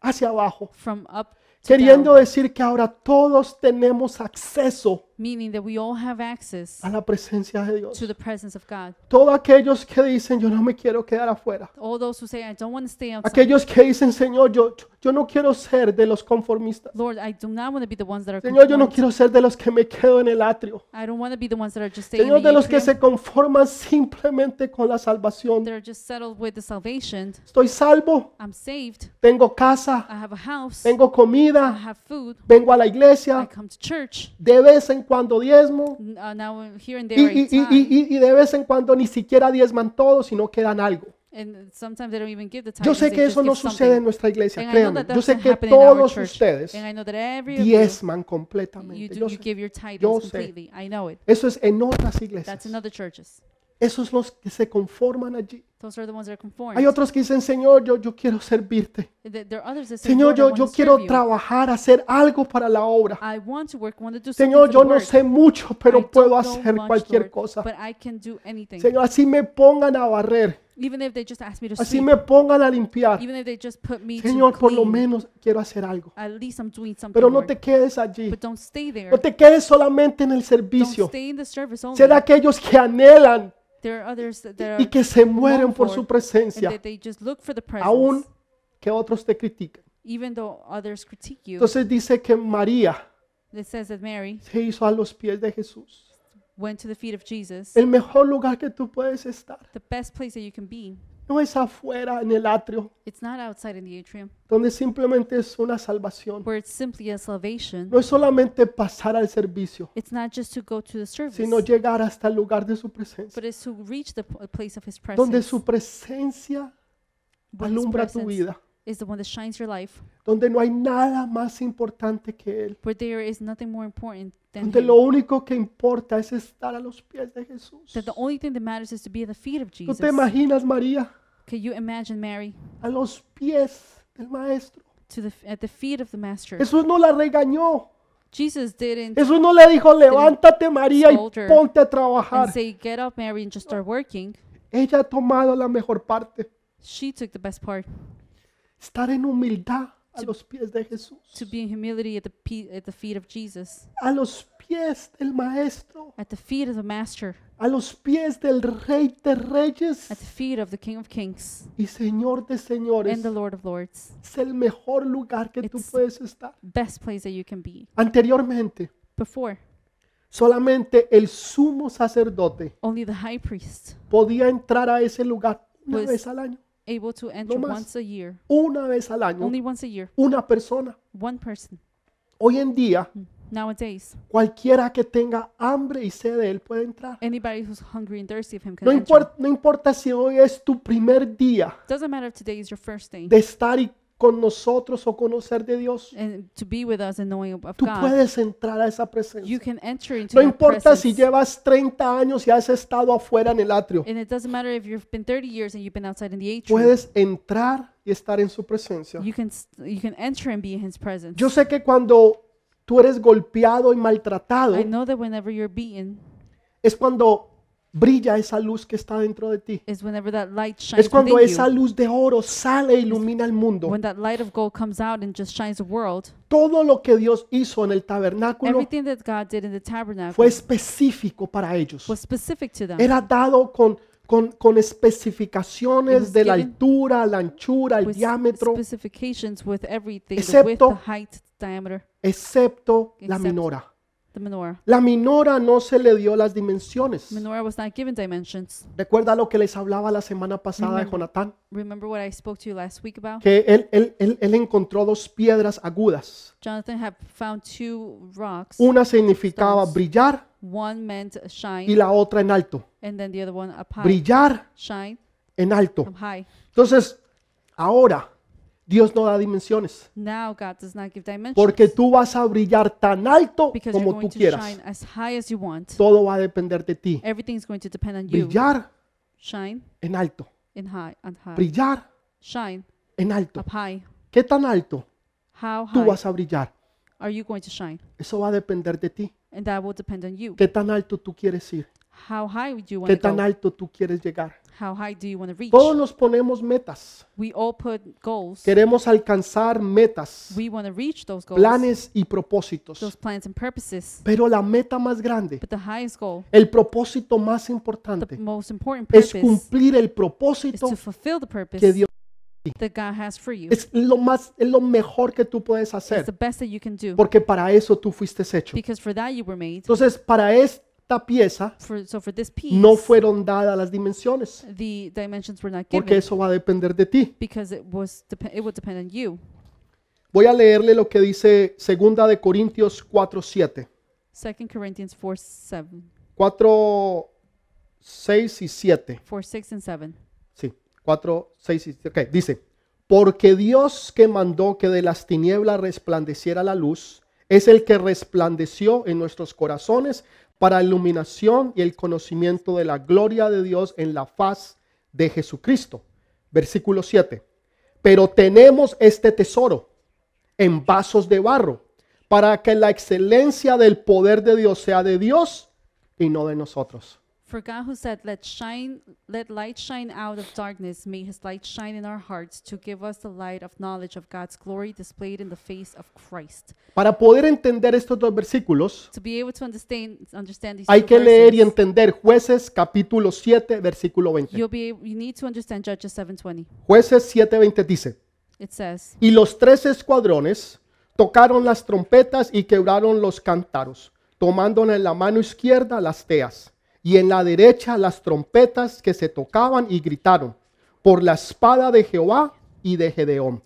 S1: hacia abajo,
S2: from up to
S1: queriendo
S2: down,
S1: decir que ahora todos tenemos acceso
S2: meaning that we all have access
S1: a la presencia de Dios.
S2: to the presence of God.
S1: Todos aquellos que dicen, yo no me quiero quedar afuera.
S2: All those who say, "I don't want to stay outside,"
S1: Aquellos que dicen, Señor, yo, yo no quiero ser de los conformistas.
S2: Lord, I do not want to be the ones that are.
S1: Señor, yo no
S2: conformed.
S1: quiero ser de los que me quedo en el atrio.
S2: I don't want to be the ones that are just staying
S1: Señor,
S2: in the
S1: de los que
S2: atrium.
S1: se conforman simplemente con la salvación.
S2: They're just settled with the salvation.
S1: Estoy salvo,
S2: I'm saved.
S1: tengo casa,
S2: I have a house.
S1: tengo
S2: I
S1: comida,
S2: have food.
S1: vengo a la
S2: I
S1: iglesia,
S2: come to church.
S1: de vez en cuando diezmo.
S2: N- Uh, now here and
S1: Y,
S2: there, I
S1: y- y-
S2: tithe.
S1: y- y de vez en cuando ni siquiera diezman todo, sino quedan algo.
S2: and sometimes they don't even give the time.
S1: Yo sé que eso no sucede en nuestra iglesia,
S2: And I know
S1: créanme.
S2: that
S1: Yo sé
S2: doesn't
S1: que
S2: happen in our
S1: todos
S2: church.
S1: ustedes
S2: And I know that every of you,
S1: diezman
S2: you,
S1: completamente.
S2: do,
S1: Yo
S2: you
S1: sé.
S2: give your
S1: Yo sé.
S2: tithes completely. I know it.
S1: Eso es en otras iglesias.
S2: That's in other churches.
S1: Esos los que se conforman allí.
S2: Those are the ones that are conformed.
S1: Hay otros que dicen, Señor, yo, yo quiero servirte.
S2: Th- There are others that say,
S1: Señor,
S2: "Lord, I
S1: yo,
S2: want
S1: yo
S2: to
S1: quiero
S2: serve you.
S1: trabajar, hacer algo para la obra.
S2: I want to work, want to do something
S1: Señor,
S2: for
S1: yo
S2: the
S1: no
S2: work.
S1: sé mucho,
S2: I
S1: pero
S2: don't
S1: puedo
S2: know
S1: hacer
S2: much,
S1: cualquier
S2: Lord,
S1: cosa.
S2: But I can do anything.
S1: Señor, así me pongan a barrer,
S2: even if they just ask me to
S1: así
S2: sweep,
S1: me pongan a limpiar.
S2: even if they just put me
S1: Señor,
S2: to
S1: por lo
S2: clean,
S1: menos quiero hacer algo.
S2: at least I'm doing something.
S1: Pero no
S2: Lord.
S1: te quedes allí.
S2: but don't stay there.
S1: No te quedes solamente en el
S2: don't
S1: servicio.
S2: stay in the service only.
S1: Ser aquellos que anhelan
S2: there are others that that are
S1: y que se mueren por su
S2: and
S1: presencia,
S2: that they just look for the presence,
S1: aún que otros te critican.
S2: even though others critique you.
S1: Entonces dice que María
S2: It says that Mary
S1: se hizo a los pies de Jesús.
S2: went to the feet of Jesus.
S1: El mejor lugar que tú puedes estar
S2: the best place that you can be,
S1: no es afuera, en el atrio,
S2: it's not outside in the atrium,
S1: donde simplemente es una salvación.
S2: where it's simply a salvation.
S1: No es solamente pasar al servicio,
S2: It's not just to go to the service,
S1: sino llegar hasta el lugar de su presencia,
S2: but it's to reach the p- place of His presence.
S1: donde su presencia
S2: where His
S1: alumbra tu
S2: presence
S1: vida,
S2: Is the one that shines your life,
S1: donde no hay nada más importante que Él,
S2: where there is nothing more important than
S1: donde
S2: Him.
S1: lo único que importa es estar a los pies de Jesús.
S2: That the only thing that matters is to be at the feet of
S1: ¿Tú
S2: Jesus.
S1: te imaginas, María,
S2: Can you imagine Mary
S1: a los pies del Maestro?
S2: to the f- at the feet of the Master?
S1: Jesús no la regañó.
S2: Jesus didn't
S1: Jesús no le dijo, levántate María y
S2: Soldier.
S1: ponte a trabajar.
S2: and say, "Get up, Mary, and just start working."
S1: Ella ha tomado la mejor parte.
S2: She took the best part
S1: Estar en humildad a los pies de Jesús.
S2: to be in humility at the pe- at the feet of Jesus,
S1: A los pies del Maestro.
S2: at the feet of the Master,
S1: A los pies del Rey de
S2: at the
S1: Reyes
S2: feet of the King of Kings
S1: y Señor de Señores.
S2: and the Lord of Lords.
S1: Es el mejor lugar que tú
S2: It's-
S1: puedes estar.
S2: Best place that you can be.
S1: Anteriormente,
S2: Before
S1: solamente el sumo sacerdote
S2: only the high priest
S1: podía entrar a ese lugar una
S2: Pues-
S1: vez al año.
S2: able to enter
S1: más.
S2: once a year,
S1: Una vez al año.
S2: only once a year,
S1: Una persona.
S2: one person.
S1: Hoy en día,
S2: Mm. Nowadays,
S1: Cualquiera que tenga hambre y sed de él puede entrar.
S2: anybody who's hungry and thirsty of Him can
S1: No
S2: enter.
S1: importa, no importa si hoy es tu primer día
S2: Doesn't matter if today is your first day
S1: de estar y- con nosotros o conocer de Dios.
S2: and to be with us and knowing of
S1: Tú
S2: God.
S1: puedes entrar a esa
S2: You
S1: presencia.
S2: can enter into
S1: No
S2: that
S1: importa si
S2: presence.
S1: llevas 30 años y has estado afuera en el atrio.
S2: And it doesn't matter if you've been 30 years and you've been outside in the atrium.
S1: Puedes entrar y estar en su presencia.
S2: You can st- you can enter and be in His presence.
S1: Yo sé que cuando tú eres golpeado y maltratado
S2: I know that whenever you're beaten,
S1: es cuando brilla esa luz que está dentro de ti.
S2: is whenever that light shines
S1: Es cuando
S2: within
S1: esa
S2: you.
S1: luz de oro sale e ilumina el mundo.
S2: When that light of gold comes out and just shines the world,
S1: todo lo que Dios hizo en el tabernáculo
S2: everything that God did in the tabernacle
S1: fue específico para ellos.
S2: was specific to them.
S1: Era dado con, con, con especificaciones de la altura, la anchura, el
S2: with
S1: diámetro,
S2: specifications with everything, the width, the
S1: Excepto-
S2: height, diameter,
S1: excepto la
S2: Excepto.
S1: minora.
S2: the menorah.
S1: La minora no se le dio las dimensiones.
S2: Menorah was not given dimensions.
S1: Recuerda lo que les hablaba la semana pasada de Jonatán,
S2: Remember what I spoke to you last week about?
S1: que él, él- él- él encontró dos piedras agudas.
S2: Jonathan had found two rocks.
S1: Una significaba brillar
S2: One meant
S1: y
S2: shine,
S1: la otra en alto.
S2: and then the other one up high.
S1: Brillar
S2: Shine
S1: en alto.
S2: up high.
S1: Entonces, Ahora, Dios no da dimensiones.
S2: Now God does not give dimensions
S1: Porque tú vas a brillar tan alto
S2: because you're
S1: como tú
S2: going to
S1: quieras.
S2: shine as high as you want.
S1: Todo va a depender de ti.
S2: Everything's going to depend on you.
S1: Brillar
S2: Shine
S1: en alto.
S2: in high and high.
S1: Brillar
S2: Shine
S1: en alto.
S2: up high.
S1: ¿Qué tan alto
S2: How
S1: tú
S2: high
S1: vas a brillar?
S2: are you going to shine?
S1: Eso va a depender de ti.
S2: And that will depend on you.
S1: ¿Qué tan alto tú quieres ir?
S2: How high do you want
S1: ¿Qué
S2: to
S1: tan
S2: go?
S1: alto tú quieres llegar?
S2: How high do you want to reach?
S1: Todos nos ponemos metas.
S2: We all put goals.
S1: Queremos alcanzar metas,
S2: We want to reach those goals,
S1: planes y propósitos.
S2: those plans and purposes.
S1: Pero la meta más grande,
S2: But the highest goal,
S1: el propósito más
S2: the
S1: importante,
S2: most important
S1: es
S2: purpose,
S1: cumplir el
S2: is
S1: propósito
S2: to fulfill the purpose
S1: que Dios
S2: that God has for you.
S1: es lo más es lo mejor que tú puedes
S2: It's the
S1: hacer,
S2: best that you can do
S1: porque para eso tú fuiste hecho.
S2: because for that you were made.
S1: Entonces, para esta pieza
S2: For, so for this piece,
S1: no fueron dadas las dimensiones,
S2: the dimensions were not
S1: porque
S2: given
S1: eso va a depender de ti.
S2: because it was depe- it would depend on you.
S1: Voy a leerle lo que dice segunda de Corintios 4:7.
S2: 2 Corinthians 4, 7,
S1: 4 6 y 7.
S2: 4, 6 and 7.
S1: Sí, 4, 6 y ok, dice, porque Dios que mandó que de las tinieblas resplandeciera la luz, es el que resplandeció en nuestros corazones para iluminación y el conocimiento de la gloria de Dios en la faz de Jesucristo. Versículo 7. Pero tenemos este tesoro en vasos de barro, para que la excelencia del poder de Dios sea de Dios y no de nosotros.
S2: For God who said, Let shine let light shine out of darkness, made his light shine in our hearts to give us the light of knowledge of God's glory displayed in the face of Christ.
S1: Para poder entender estos dos versículos,
S2: To be able to understand understand these
S1: Hay
S2: two
S1: que leer y
S2: verses,
S1: entender Jueces capítulo 7, versículo 20.
S2: you'll be ab- you need to understand Judges 7:20.
S1: Jueces 7, 20 dice,
S2: It says,
S1: y los tres escuadrones tocaron las trompetas y quebraron los cántaros, tomando en la mano izquierda las teas y en la derecha las trompetas que se tocaban y gritaron, por la espada de Jehová y de Gedeón.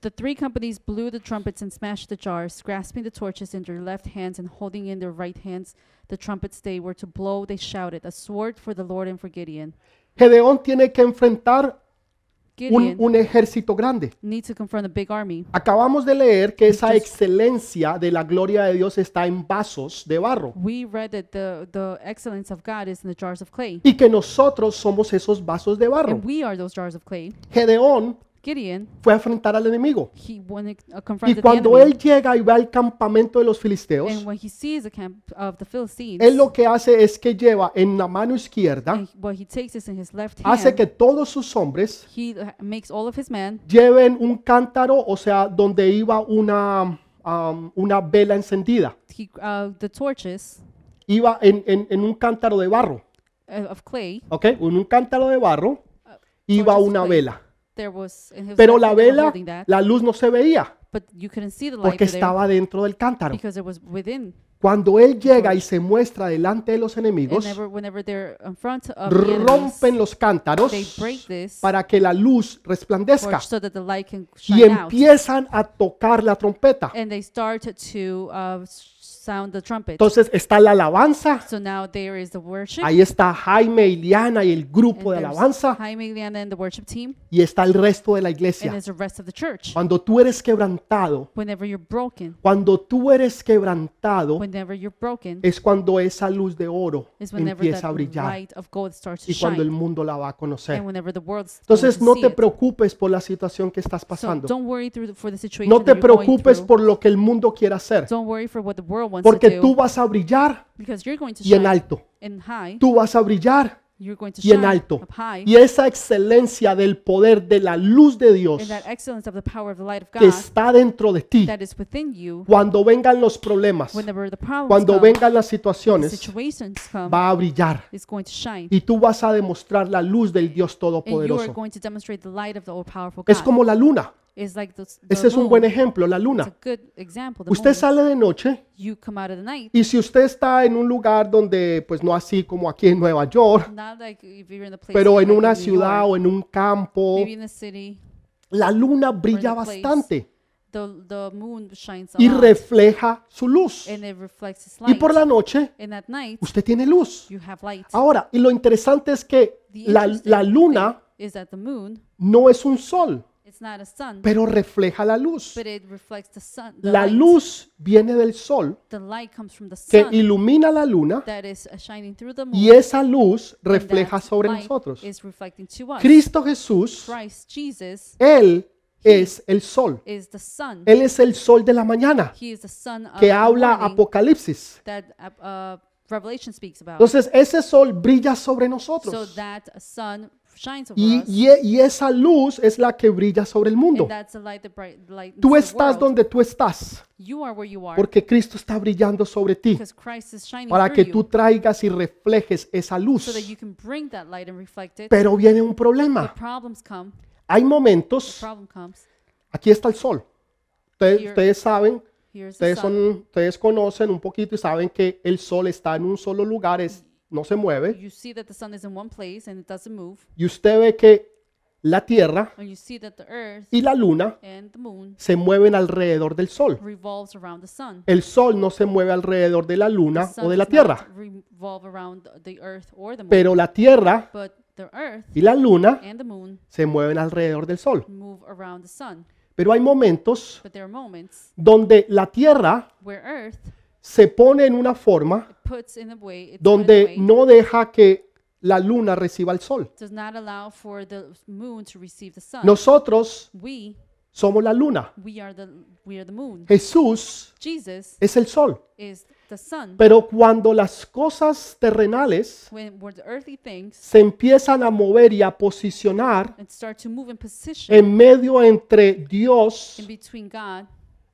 S2: The three companies blew the trumpets and smashed the jars, grasping the torches in their left hands and holding in their right hands the trumpets they were to blow. They shouted, "A sword for the Lord and for Gideon."
S1: Gedeón tiene que enfrentar un,
S2: Gideon
S1: un ejército grande.
S2: needs to confront a big army.
S1: Acabamos de leer que esa excelencia de la gloria de Dios está en vasos de barro.
S2: We read that the the excellence of God is in the jars of clay,
S1: y que nosotros somos esos vasos de barro.
S2: and we are those jars of clay.
S1: Gedeón
S2: Gideon,
S1: fue a enfrentar al enemigo
S2: he when it, uh,
S1: y
S2: confronted the
S1: cuando él
S2: enemy,
S1: llega y va al campamento de los
S2: and
S1: filisteos,
S2: when he sees the camp of the Philistines,
S1: él lo que hace es que lleva en la mano izquierda,
S2: and what he takes is in his left
S1: hace
S2: hand.
S1: que todos sus hombres
S2: he uh, makes all of his men
S1: lleven un cántaro, o sea, donde iba una, am, una vela encendida,
S2: he, uh, the torches
S1: iba en, en- en un cántaro de barro,
S2: uh, of clay.
S1: ¿ok? En un cántaro de barro
S2: Uh,
S1: iba
S2: torches of
S1: una
S2: clay.
S1: vela,
S2: There was, and he was
S1: pero
S2: not
S1: la
S2: thinking of
S1: vela,
S2: holding that,
S1: la luz no se veía
S2: but you couldn't see the light
S1: porque
S2: through there
S1: estaba dentro del cántaro.
S2: because it was within.
S1: Cuando él llega y se muestra delante de los
S2: And
S1: enemigos,
S2: never, whenever they're in front of the enemies,
S1: rompen los cántaros
S2: they break this
S1: para que la luz
S2: torch
S1: resplandezca
S2: so that the light can
S1: y
S2: shine out.
S1: empiezan a tocar la trompeta.
S2: And they start to uh, s- sound the trumpet.
S1: Entonces está la alabanza,
S2: So now there is the worship.
S1: ahí está Jaime, Iliana y el
S2: and
S1: grupo de
S2: there's
S1: alabanza
S2: Jaime Ileana and the worship team,
S1: y está el resto de la
S2: and
S1: iglesia.
S2: there's the rest of the church.
S1: Cuando tú eres quebrantado,
S2: Whenever you're broken,
S1: cuando tú eres quebrantado,
S2: whenever you're broken,
S1: es cuando esa luz de oro
S2: is whenever
S1: empieza a
S2: that
S1: brillar
S2: light of gold starts to
S1: y cuando el
S2: shine,
S1: mundo la va a conocer.
S2: and whenever the world's
S1: Entonces no te
S2: it.
S1: preocupes por la situación que estás
S2: So
S1: pasando.
S2: don't worry through the- for the situation
S1: No te
S2: that you're going
S1: preocupes
S2: through.
S1: por lo que el mundo quiera hacer,
S2: Don't worry for what the world wants to
S1: porque
S2: do.
S1: tú vas a brillar
S2: because you're going to
S1: y en
S2: shine
S1: alto.
S2: in high.
S1: Tú vas a brillar
S2: You're going to
S1: y en
S2: shine
S1: alto.
S2: up high.
S1: Y esa excelencia del poder de la luz de Dios
S2: And that excellence of the power of the light of God
S1: que está dentro de ti,
S2: that is within you,
S1: cuando vengan los problemas,
S2: whenever the problems
S1: cuando
S2: come,
S1: vengan las
S2: the
S1: situaciones,
S2: situations come,
S1: va a brillar.
S2: is going to shine.
S1: Y tú vas a demostrar la luz del Dios
S2: And you are
S1: Todopoderoso.
S2: going to demonstrate the light of the all-powerful God.
S1: Es como la luna.
S2: it's like the, the
S1: Ese es un
S2: moon.
S1: buen ejemplo, la
S2: It's a
S1: luna.
S2: good example. The
S1: Usted
S2: moon.
S1: sale de noche
S2: You come out of the night.
S1: Y si usted está en un lugar donde, pues no así como aquí en Nueva York,
S2: Not like if you're in a place
S1: pero
S2: like
S1: en una
S2: in New
S1: ciudad oh.
S2: York,
S1: o en un campo,
S2: maybe in a city,
S1: la luna brilla
S2: or in a place.
S1: bastante
S2: the, the moon shines a
S1: y
S2: lot.
S1: refleja su luz.
S2: and it reflects its
S1: Y
S2: light.
S1: por la Ah. noche,
S2: and at night,
S1: usted tiene luz.
S2: you have light.
S1: Ahora, y lo interesante es que
S2: The
S1: la,
S2: interesting
S1: la luna
S2: thing is that the moon,
S1: no es un sol,
S2: it's not a sun,
S1: pero refleja la luz.
S2: but it reflects the sun. The
S1: La
S2: light.
S1: luz viene del sol
S2: The light comes from the
S1: que
S2: sun
S1: ilumina la luna
S2: that is uh, shining through the moon.
S1: y esa luz
S2: and
S1: refleja
S2: that
S1: sobre
S2: light
S1: nosotros.
S2: Is reflecting to us.
S1: Cristo Jesús,
S2: Christ Jesus
S1: Él es el sol.
S2: is the sun.
S1: Él es el sol de la mañana
S2: He is the sun of
S1: que
S2: the
S1: habla
S2: morning
S1: Apocalipsis.
S2: that uh, uh, Revelation speaks about.
S1: Entonces ese sol brilla sobre
S2: so
S1: nosotros
S2: that uh, sun shines over
S1: y,
S2: us,
S1: y- y esa luz es la que brilla sobre el mundo.
S2: and that's the light that bright light.
S1: Tú estás donde tú estás
S2: you are where you are
S1: porque Cristo está brillando sobre ti
S2: because Christ is shining
S1: para
S2: through
S1: que
S2: you,
S1: tú traigas y reflejes esa
S2: so that
S1: luz.
S2: you can bring that light and reflect it.
S1: Pero viene un
S2: The
S1: problema.
S2: problems come.
S1: Hay momentos,
S2: Problem comes.
S1: aquí está el sol. Ustedes,
S2: Here.
S1: ustedes saben,
S2: Here's the
S1: ustedes,
S2: sun.
S1: son, ustedes conocen un poquito y saben que el sol está en un solo lugar, es, no se mueve.
S2: You see that the sun is in one place and it doesn't move,
S1: Y usted ve que la Tierra
S2: and you see that the earth
S1: y la Luna
S2: and the moon
S1: se mueven alrededor del sol.
S2: revolves around the sun.
S1: El sol no se mueve alrededor de la
S2: The
S1: Luna
S2: sun
S1: o de la
S2: does not
S1: Tierra,
S2: revolve around the earth or the moon,
S1: pero la Tierra
S2: but the earth
S1: y la Luna
S2: and the moon
S1: se mueven alrededor del sol.
S2: move around the sun.
S1: Pero hay momentos
S2: But there are moments
S1: donde la Tierra
S2: where earth
S1: se pone en una forma
S2: puts in a way its own
S1: donde
S2: way,
S1: no deja que la luna reciba el sol.
S2: does not allow for the moon to receive the sun.
S1: Nosotros
S2: We
S1: somos la luna.
S2: we are the we are the moon.
S1: Jesús
S2: Jesus
S1: es el sol.
S2: is the sun.
S1: Pero cuando las cosas terrenales
S2: When where the earthly things
S1: se empiezan a mover y a posicionar
S2: and start to move in position
S1: en medio entre Dios
S2: in between God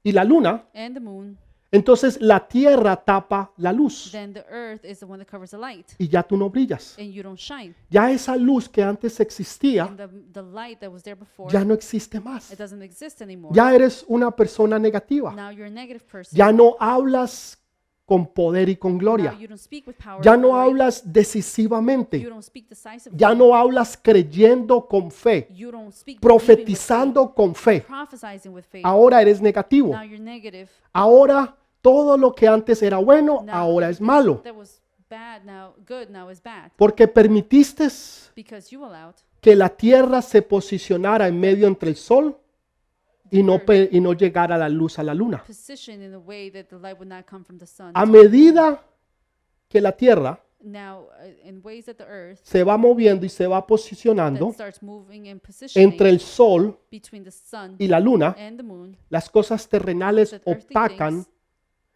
S1: y la luna,
S2: and the moon,
S1: entonces la tierra tapa la luz
S2: then the earth is the one that covers the light,
S1: y ya tú no brillas.
S2: and you don't shine.
S1: Ya esa luz que antes existía
S2: And the the light that was there before
S1: ya no existe más.
S2: it doesn't exist anymore.
S1: Ya eres una persona negativa.
S2: Now you're a negative person.
S1: Ya no hablas con poder y con gloria.
S2: Now you don't speak with power.
S1: Ya
S2: and
S1: no
S2: glory.
S1: hablas
S2: You
S1: decisivamente.
S2: don't speak decisively.
S1: Ya no hablas creyendo con fe,
S2: you don't speak believing with faith,
S1: profetizando con fe.
S2: prophesizing with faith.
S1: Ahora eres negativo.
S2: Now you're negative.
S1: Ahora todo lo que antes era bueno, ahora es malo.
S2: That was bad. Now good. Now is bad
S1: Porque permitiste
S2: because you allowed
S1: que la tierra se posicionara en medio entre el sol y no, pe- y no llegara la luz a la luna.
S2: position in a way that the light would not come from the sun.
S1: A medida que la tierra
S2: now, uh, in ways that the earth
S1: se va moviendo y se va
S2: that
S1: posicionando
S2: starts moving and positioning
S1: entre el sol
S2: between the sun
S1: y la luna,
S2: and the moon,
S1: las cosas terrenales
S2: that earthly
S1: opacan
S2: things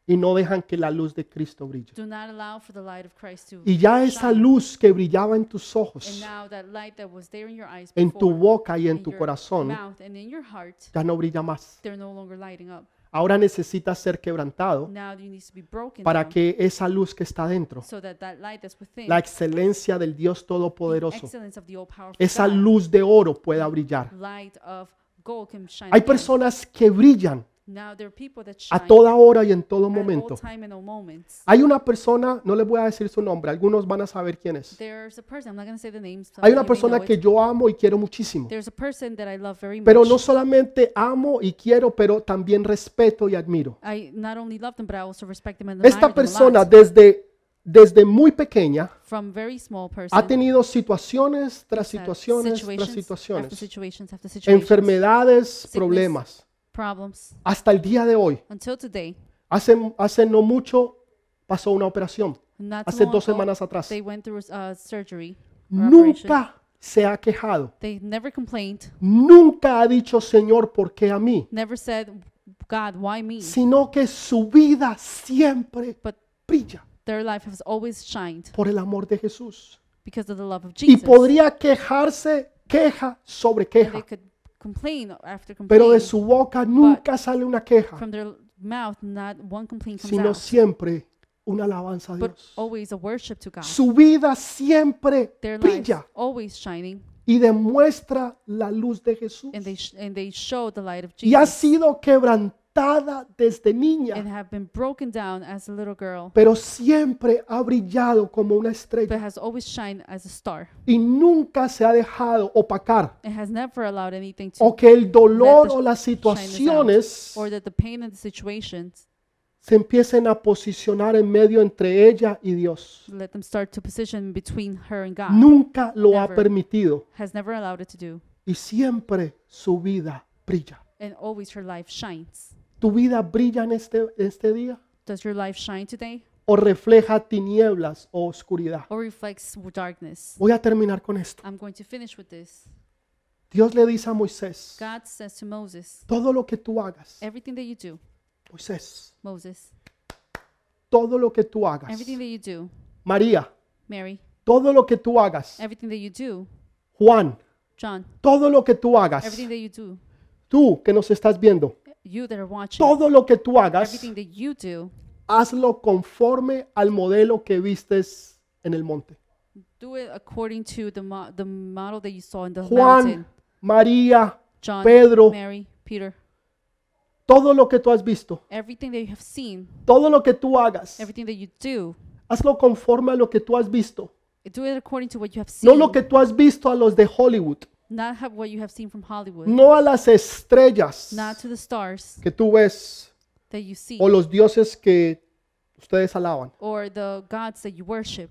S1: y no dejan que la luz de Cristo brille.
S2: do not allow for the light of Christ to.
S1: Y ya esa
S2: shine.
S1: luz que brillaba en tus
S2: And
S1: ojos,
S2: now that light that was there in your eyes
S1: en tu
S2: before,
S1: boca y en
S2: in
S1: tu
S2: your
S1: corazón,
S2: mouth and in your heart,
S1: ya no brilla más.
S2: they're no longer lighting up.
S1: Ahora necesitas ser quebrantado
S2: Now you need to be broken
S1: para
S2: down
S1: que esa luz que está dentro,
S2: so that that light that's within
S1: la excelencia del Dios
S2: the
S1: Todopoderoso,
S2: excellence of the all-powerful
S1: esa
S2: God,
S1: luz de oro pueda brillar.
S2: light of gold can shine.
S1: Hay
S2: again.
S1: personas que brillan
S2: Now there are people that shine
S1: a toda hora y en todo
S2: at all
S1: momento.
S2: time and all moments.
S1: Hay una persona, no les voy a decir su nombre, algunos van a saber quién es.
S2: There's a person. I'm not going to say the names. some
S1: Hay
S2: of
S1: una
S2: you may
S1: persona
S2: know
S1: que
S2: it.
S1: yo amo y quiero muchísimo.
S2: There's a person that I love very much.
S1: Pero no solamente amo y quiero, pero también respeto y admiro.
S2: I not only love them, but I also respect them and admire
S1: Esta
S2: them a lot.
S1: persona desde, desde muy pequeña
S2: from very small person.
S1: ha tenido situaciones tras
S2: that
S1: situaciones tras
S2: after
S1: situaciones,
S2: situations after situations,
S1: enfermedades, problemas.
S2: problems
S1: Hasta el día de hoy,
S2: until today.
S1: hace, hace no mucho pasó una operación,
S2: Not too
S1: hace
S2: long
S1: dos
S2: ago,
S1: semanas atrás.
S2: They went through uh, surgery. or operation.
S1: Nunca se ha quejado,
S2: They never complained.
S1: nunca ha dicho Señor, ¿por qué a mí?
S2: Never said, "God, why me?"
S1: Sino que su vida siempre
S2: But
S1: brilla
S2: their life has always shined
S1: por el amor de Jesús.
S2: because of the love of
S1: y
S2: Jesus.
S1: podría quejarse queja sobre
S2: And they
S1: queja,
S2: could complain after
S1: pero de
S2: complaint.
S1: su boca nunca sale una queja,
S2: From their mouth, not one complaint comes
S1: sino
S2: out,
S1: siempre una alabanza a
S2: but
S1: Dios.
S2: always a worship to God.
S1: Su vida siempre
S2: Their lives
S1: brilla
S2: always shining,
S1: y demuestra la luz de Jesús.
S2: and they sh- and they show the light of
S1: Y ha
S2: Jesus,
S1: sido quebrantada desde
S2: and
S1: niña,
S2: have been broken down as a little girl,
S1: pero siempre ha brillado como una
S2: but
S1: estrella
S2: has always shined as a star.
S1: y nunca se ha dejado opacar
S2: It has never allowed anything to
S1: o que el dolor
S2: Let the
S1: o las
S2: shine this out,
S1: situaciones
S2: or that the pain and the situations
S1: se empiecen a posicionar en medio entre ella y Dios.
S2: Let them start to position between her and God.
S1: Nunca lo ha
S2: Ah, Never.
S1: permitido
S2: Has never allowed it to do.
S1: y siempre su vida brilla.
S2: And always her life shines.
S1: ¿Tu vida brilla en este, este día?
S2: Does your life shine today
S1: ¿O refleja tinieblas o oscuridad?
S2: or reflects darkness?
S1: Voy a terminar con esto.
S2: I'm going to finish with this.
S1: Dios le dice a Moisés,
S2: God says to Moses,
S1: todo lo que tú hagas,
S2: Everything that you do,
S1: Moisés,
S2: Moses,
S1: todo lo que tú hagas,
S2: everything that you do,
S1: María,
S2: Mary,
S1: todo lo que tú hagas,
S2: everything that you do,
S1: Juan,
S2: John,
S1: todo lo que tú hagas,
S2: everything that you do,
S1: tú que nos estás viendo,
S2: you that are watching,
S1: todo lo que tú hagas,
S2: everything that you do,
S1: hazlo conforme al modelo que vistes en el monte.
S2: do it according to the, mo- the model that you saw in the mountain.
S1: Juan, María,
S2: John,
S1: Pedro.
S2: Mary, Peter,
S1: todo lo que tú has visto,
S2: everything that you have seen,
S1: todo lo que tú hagas,
S2: everything that you do,
S1: hazlo conforme a lo que tú has visto,
S2: do it according to what you have seen,
S1: no lo que tú has visto a los de Hollywood,
S2: not have what you have seen from Hollywood,
S1: no a las estrellas
S2: not to the stars
S1: que tú ves
S2: that you see
S1: o los dioses que ustedes alaban,
S2: or the gods that you worship,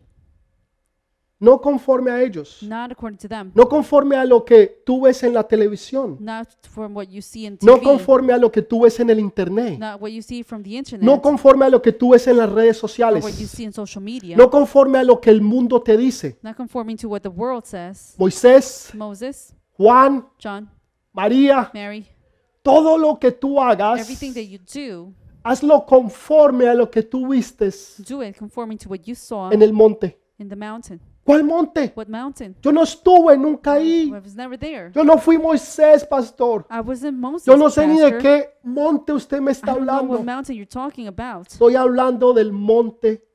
S1: no conforme a ellos,
S2: not according to them,
S1: no conforme a lo que tú ves en la televisión,
S2: not from what you see in
S1: no
S2: TV,
S1: conforme a lo que tú ves en el internet,
S2: not what you see from the internet,
S1: no conforme a lo que tú ves en las redes
S2: or what you
S1: sociales,
S2: see in social media,
S1: no conforme a lo que el mundo te dice.
S2: not conforming to what the world says.
S1: Moisés,
S2: Moses,
S1: Juan,
S2: John,
S1: María,
S2: Mary,
S1: todo lo que tú hagas,
S2: everything that you do,
S1: hazlo conforme a lo que tú vistes
S2: do it conforming to what you saw
S1: en el monte.
S2: in the mountain.
S1: ¿Cuál monte?
S2: What mountain?
S1: Yo no estuve nunca
S2: I
S1: ahí.
S2: was never there.
S1: Yo no fui Moisés, pastor.
S2: I wasn't Moses.
S1: Yo no sé ni de
S2: pastor.
S1: qué monte usted me
S2: I
S1: está
S2: don't know what
S1: hablando.
S2: mountain you're talking about.
S1: Estoy hablando del monte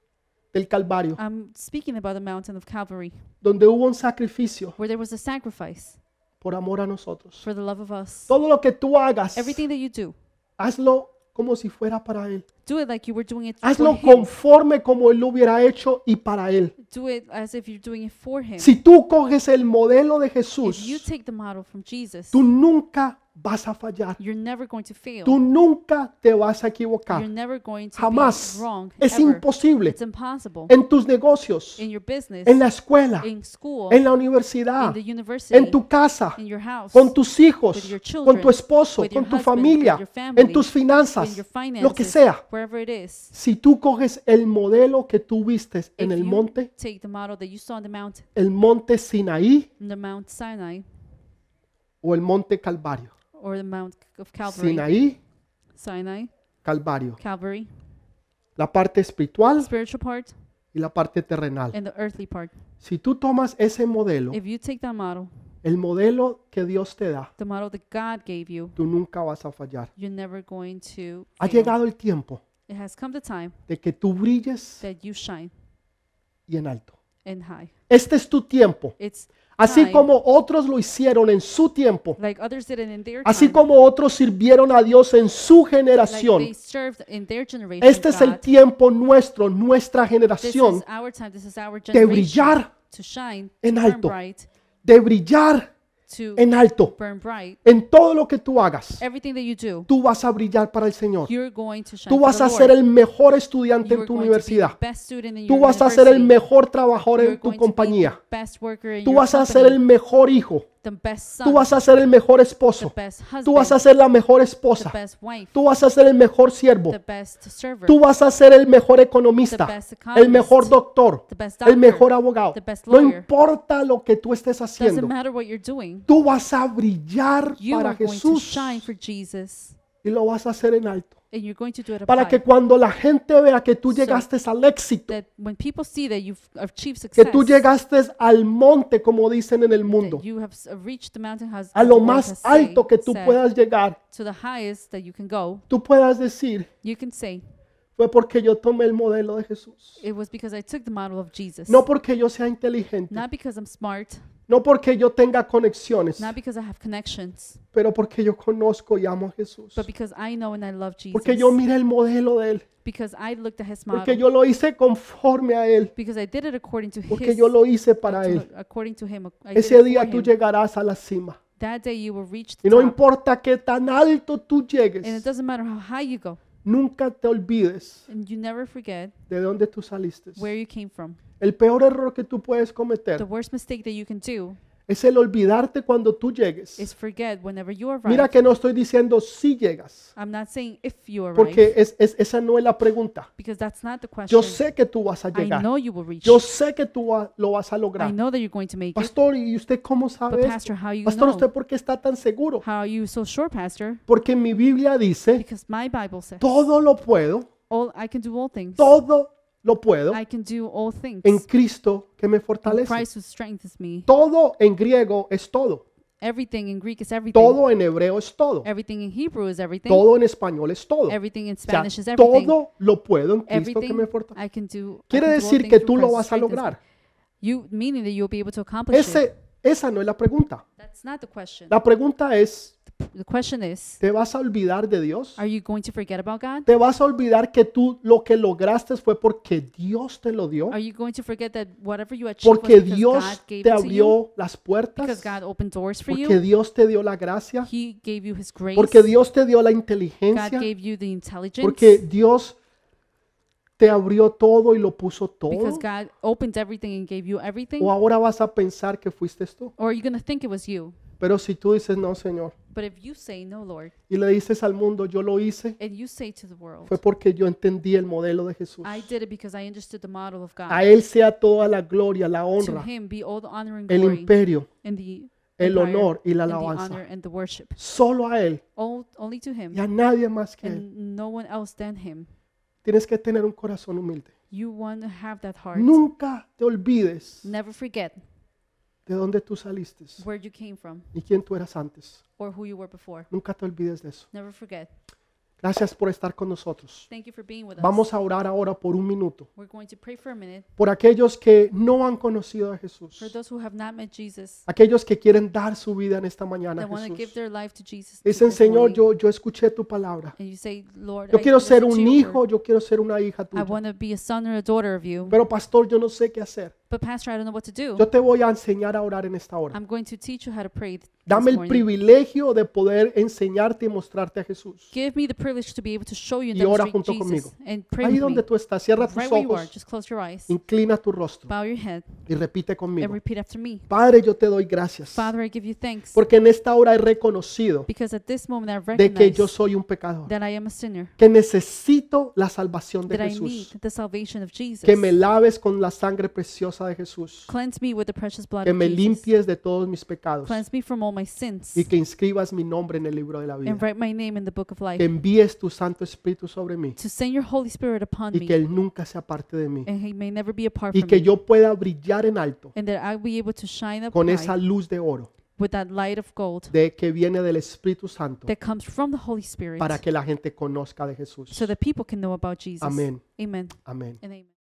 S1: del Calvario,
S2: I'm speaking about the mountain of Calvary,
S1: donde hubo un sacrificio
S2: where there was a sacrifice
S1: por amor a nosotros.
S2: for the love of us.
S1: Todo lo que tú hagas,
S2: Everything that you do,
S1: hazlo como si fuera para Él.
S2: do it like you were doing it for
S1: Hazlo
S2: him.
S1: conforme como Él lo hubiera hecho y para Él.
S2: Do it as if you're doing it for him.
S1: Si tú coges el modelo de
S2: If you
S1: Jesús,
S2: take the model from Jesus,
S1: tú nunca vas a fallar.
S2: you're never going to fail.
S1: Tú nunca te vas a
S2: You're
S1: equivocar.
S2: never going to
S1: Jamás.
S2: be wrong.
S1: Es
S2: ever.
S1: imposible.
S2: It's impossible.
S1: En tus negocios,
S2: in your business,
S1: en la escuela,
S2: in school,
S1: en la
S2: in
S1: universidad,
S2: the university,
S1: en tu casa,
S2: in your house,
S1: con tus hijos,
S2: with your
S1: con tu
S2: children,
S1: esposo,
S2: with your
S1: con tu
S2: husband,
S1: familia,
S2: with your family,
S1: en tus finanzas,
S2: in your finances,
S1: lo que sea.
S2: wherever it is.
S1: Si tú coges el modelo que tú vistes en
S2: If
S1: el
S2: you
S1: monte,
S2: Take the model that you saw on the mountain,
S1: el monte Sinaí
S2: the Mount Sinai
S1: o el monte Calvario.
S2: or the Mount of Calvary.
S1: Sinaí,
S2: Sinai,
S1: Calvario.
S2: Calvary,
S1: La parte espiritual
S2: spiritual part
S1: y la parte terrenal.
S2: and the earthly part.
S1: Si tú tomas ese modelo,
S2: If you take that model,
S1: el modelo que Dios te da,
S2: the model that God gave you,
S1: tú nunca vas a fallar.
S2: you're never going to
S1: Ha
S2: fail.
S1: llegado el tiempo
S2: It has come the time
S1: de que tú brilles
S2: that you shine
S1: y en alto.
S2: and high.
S1: Este es tu tiempo.
S2: It's
S1: Así
S2: time,
S1: como otros lo hicieron en su tiempo,
S2: like others did it in their
S1: así
S2: time,
S1: como otros sirvieron a Dios en su
S2: like
S1: generación.
S2: they served in their generation.
S1: Este es el
S2: God.
S1: tiempo nuestro, nuestra
S2: This
S1: generación,
S2: is our time. This is our
S1: de
S2: generation.
S1: brillar
S2: to shine,
S1: en
S2: to burn
S1: alto.
S2: bright,
S1: de brillar
S2: to
S1: en alto.
S2: burn bright.
S1: En todo lo que tú hagas,
S2: Everything that you do,
S1: tú vas a brillar para el Señor.
S2: you're going to shine.
S1: Tú
S2: for
S1: vas
S2: the
S1: a
S2: Lord.
S1: ser el mejor estudiante
S2: You
S1: en
S2: are
S1: tu
S2: going to be the
S1: universidad.
S2: best student in
S1: Tú
S2: your
S1: vas a ser el
S2: university.
S1: mejor trabajador
S2: You're
S1: en tu
S2: going to be the
S1: compañía.
S2: best worker in
S1: Tú
S2: your
S1: vas a ser el
S2: company,
S1: mejor hijo.
S2: the best son,
S1: Tú vas a ser el mejor
S2: the
S1: esposo.
S2: best
S1: Tú
S2: husband,
S1: vas a ser la mejor
S2: the
S1: esposa.
S2: best wife,
S1: Tú vas a ser el mejor siervo.
S2: the best server,
S1: Tú vas a ser el mejor economista,
S2: best
S1: el mejor
S2: economist,
S1: doctor,
S2: the best
S1: el
S2: doctor,
S1: mejor abogado.
S2: the best
S1: No
S2: lawyer.
S1: importa lo que tú estés
S2: Doesn't
S1: haciendo,
S2: matter what you're doing.
S1: tú vas a brillar
S2: You
S1: para
S2: are going to
S1: Jesús
S2: shine for Jesus,
S1: y lo vas a hacer en alto.
S2: and you're going to do it
S1: Para
S2: apart.
S1: que cuando la gente vea que tú
S2: So-
S1: llegaste al éxito,
S2: that when people see that you've achieved
S1: que
S2: success,
S1: tú llegaste al monte, como dicen en el mundo,
S2: that you have s- uh, reached the mountain has
S1: a
S2: as the
S1: lo
S2: world
S1: más
S2: has say-
S1: alto que tú
S2: said,
S1: puedas llegar,
S2: to the highest that you can go,
S1: tú puedas decir,
S2: you can say
S1: fue porque yo tomé el modelo de Jesús.
S2: it was because I took the model of Jesus.
S1: No porque yo sea inteligente,
S2: Not because I'm smart,
S1: no porque yo tenga conexiones,
S2: not because I have connections,
S1: pero porque yo conozco y amo a Jesús.
S2: but because I know and I love Jesus.
S1: Porque yo miré el modelo de Él,
S2: because I looked at his
S1: porque
S2: model.
S1: yo lo hice conforme a Él,
S2: because I did it according to
S1: porque
S2: his
S1: yo lo hice para
S2: to-
S1: Él.
S2: according to him. I did
S1: Ese
S2: it
S1: día
S2: for
S1: tú
S2: him.
S1: llegarás a la cima.
S2: That day you will reach
S1: Y
S2: the
S1: no
S2: top.
S1: importa qué tan alto tú
S2: And it
S1: llegues,
S2: doesn't matter how high you go.
S1: Nunca te olvides
S2: And you never forget
S1: de dónde tú saliste.
S2: where you came from.
S1: El peor error que tú puedes cometer
S2: The worst mistake that you can do
S1: es el olvidarte cuando tú
S2: is
S1: llegues.
S2: forget whenever you arrive.
S1: Mira que no estoy diciendo si llegas,
S2: I'm not saying if you arrive
S1: porque es- es- esa no es la pregunta.
S2: because that's not the question.
S1: Yo sé que tú vas a
S2: I
S1: llegar.
S2: know you will reach.
S1: Yo sé que tú va- lo vas a
S2: I
S1: lograr.
S2: know that you're going to make it.
S1: Pastor, ¿y usted cómo
S2: But
S1: sabe? esto?
S2: pastor, how you
S1: Pastor,
S2: know?
S1: ¿usted por qué está tan seguro?
S2: How are you so sure, pastor?
S1: Porque mi Biblia dice,
S2: Because my Bible says
S1: todo lo puedo,
S2: all I can do all things.
S1: todo lo puedo
S2: I can do all things.
S1: en Cristo que me
S2: In
S1: fortalece.
S2: Christ who strengthens me.
S1: Todo en griego es todo.
S2: Everything in Greek is everything.
S1: Todo en hebreo es todo.
S2: Everything in Hebrew is everything.
S1: Todo en español es todo. O
S2: Everything in
S1: sea,
S2: Spanish is everything.
S1: todo lo puedo en Cristo que
S2: Everything
S1: me fortalece.
S2: I can do. I
S1: Quiere
S2: can do all
S1: decir
S2: things
S1: que
S2: through
S1: tú lo
S2: Christ
S1: vas a
S2: strengthens me.
S1: lograr.
S2: You meaning that you'll be able to accomplish it.
S1: Ese, esa no es la pregunta.
S2: That's not the question.
S1: La pregunta es,
S2: The question is,
S1: ¿te vas a olvidar de Dios?
S2: are you going to forget about God?
S1: ¿Te vas a olvidar que tú lo que lograste fue porque Dios te lo dio?
S2: Are you going to forget that whatever you achieved
S1: Porque
S2: was because God
S1: Dios
S2: gave
S1: te
S2: it to you?
S1: abrió las
S2: Because
S1: puertas.
S2: God opened doors for
S1: Porque
S2: you.
S1: Dios te dio la gracia.
S2: He gave you His grace.
S1: Porque Dios te dio la
S2: God
S1: inteligencia.
S2: gave you the intelligence.
S1: Porque Dios te abrió todo y lo puso todo.
S2: Because God opened everything and gave you everything.
S1: O ahora vas a pensar que fuiste tú.
S2: Or are you going to think it was you?
S1: Pero si tú dices, no, Señor,
S2: But if you say, No, Lord,
S1: y le dices al mundo, yo lo hice,
S2: and you say to the world,
S1: fue porque yo entendí el modelo de Jesús.
S2: I did it because I understood the model of God.
S1: A Él sea toda la gloria, la
S2: to
S1: honra,
S2: Him be all the honor and
S1: el
S2: glory.
S1: imperio,
S2: and the
S1: el
S2: empire
S1: honor y la
S2: and the honor
S1: alabanza.
S2: and the worship.
S1: Solo a Él
S2: All, only to him
S1: y a nadie más que Él.
S2: and no one else than him.
S1: Tienes que tener un corazón humilde.
S2: You want to have that heart.
S1: Nunca te olvides
S2: Never forget
S1: de dónde tú saliste
S2: where you came from
S1: y quién tú eras antes.
S2: or who you were before.
S1: Nunca te olvides de eso.
S2: Never forget.
S1: Gracias por estar con nosotros.
S2: Thank you for being with us.
S1: Vamos a orar ahora por un minuto.
S2: We're going to pray for a minute
S1: Por aquellos que no han conocido a
S2: for
S1: Jesús.
S2: those who have not met Jesus
S1: Aquellos que quieren dar su vida en esta mañana a
S2: that want to give
S1: Jesús.
S2: their life to Jesus. this
S1: Dicen, Señor,
S2: morning."
S1: yo, yo escuché tu palabra.
S2: and you say, Lord,
S1: Yo
S2: I
S1: quiero
S2: listen
S1: ser
S2: to
S1: un
S2: your
S1: hijo,
S2: word.
S1: yo quiero ser una hija
S2: I
S1: tuya.
S2: want to be a son or a daughter of you.
S1: Pero pastor, yo no sé qué hacer.
S2: But pastor, I don't know what to do.
S1: Yo te voy a enseñar a orar en esta hora.
S2: I'm going to teach you how to pray. th-
S1: Dame
S2: this
S1: el
S2: morning.
S1: privilegio de poder enseñarte y mostrarte a Jesús.
S2: Give me the privilege to be able to show you and
S1: Y ora
S2: demonstrate
S1: junto
S2: Jesus and pray
S1: Ahí
S2: with me.
S1: donde tú estás, cierra
S2: Right
S1: tus
S2: where you are,
S1: ojos,
S2: just close your eyes,
S1: inclina tu rostro
S2: bow your head,
S1: y repite
S2: and
S1: conmigo.
S2: repeat after me.
S1: Padre, yo te doy gracias
S2: Father, I give you thanks
S1: porque en esta hora he reconocido
S2: because at this moment I
S1: de que yo
S2: recognize
S1: soy un pecador,
S2: that I am a sinner,
S1: que necesito la salvación de
S2: that I need
S1: Jesús,
S2: the salvation of Jesus.
S1: que me laves con la sangre preciosa de Jesús,
S2: Cleanse me with the precious blood
S1: que
S2: of
S1: me
S2: Jesus.
S1: limpies de todos mis pecados
S2: Cleanse me from all my sins
S1: y que inscribas mi nombre en el libro de la vida.
S2: and write my name in the book of
S1: que
S2: life.
S1: envíes tu Santo Espíritu sobre mí
S2: To send your Holy Spirit upon
S1: y que
S2: me
S1: Él nunca se aparte de mí
S2: and he may never be apart
S1: y
S2: from
S1: que
S2: me.
S1: yo pueda brillar en alto
S2: And that I will be able to shine up
S1: con
S2: high
S1: esa luz de oro
S2: with that light of gold
S1: de que viene del Espíritu Santo
S2: that comes from the Holy Spirit
S1: para que la gente conozca de Jesús.
S2: so that people can know about Jesus.
S1: Amén.
S2: Amen.
S1: Amén.
S2: And amen.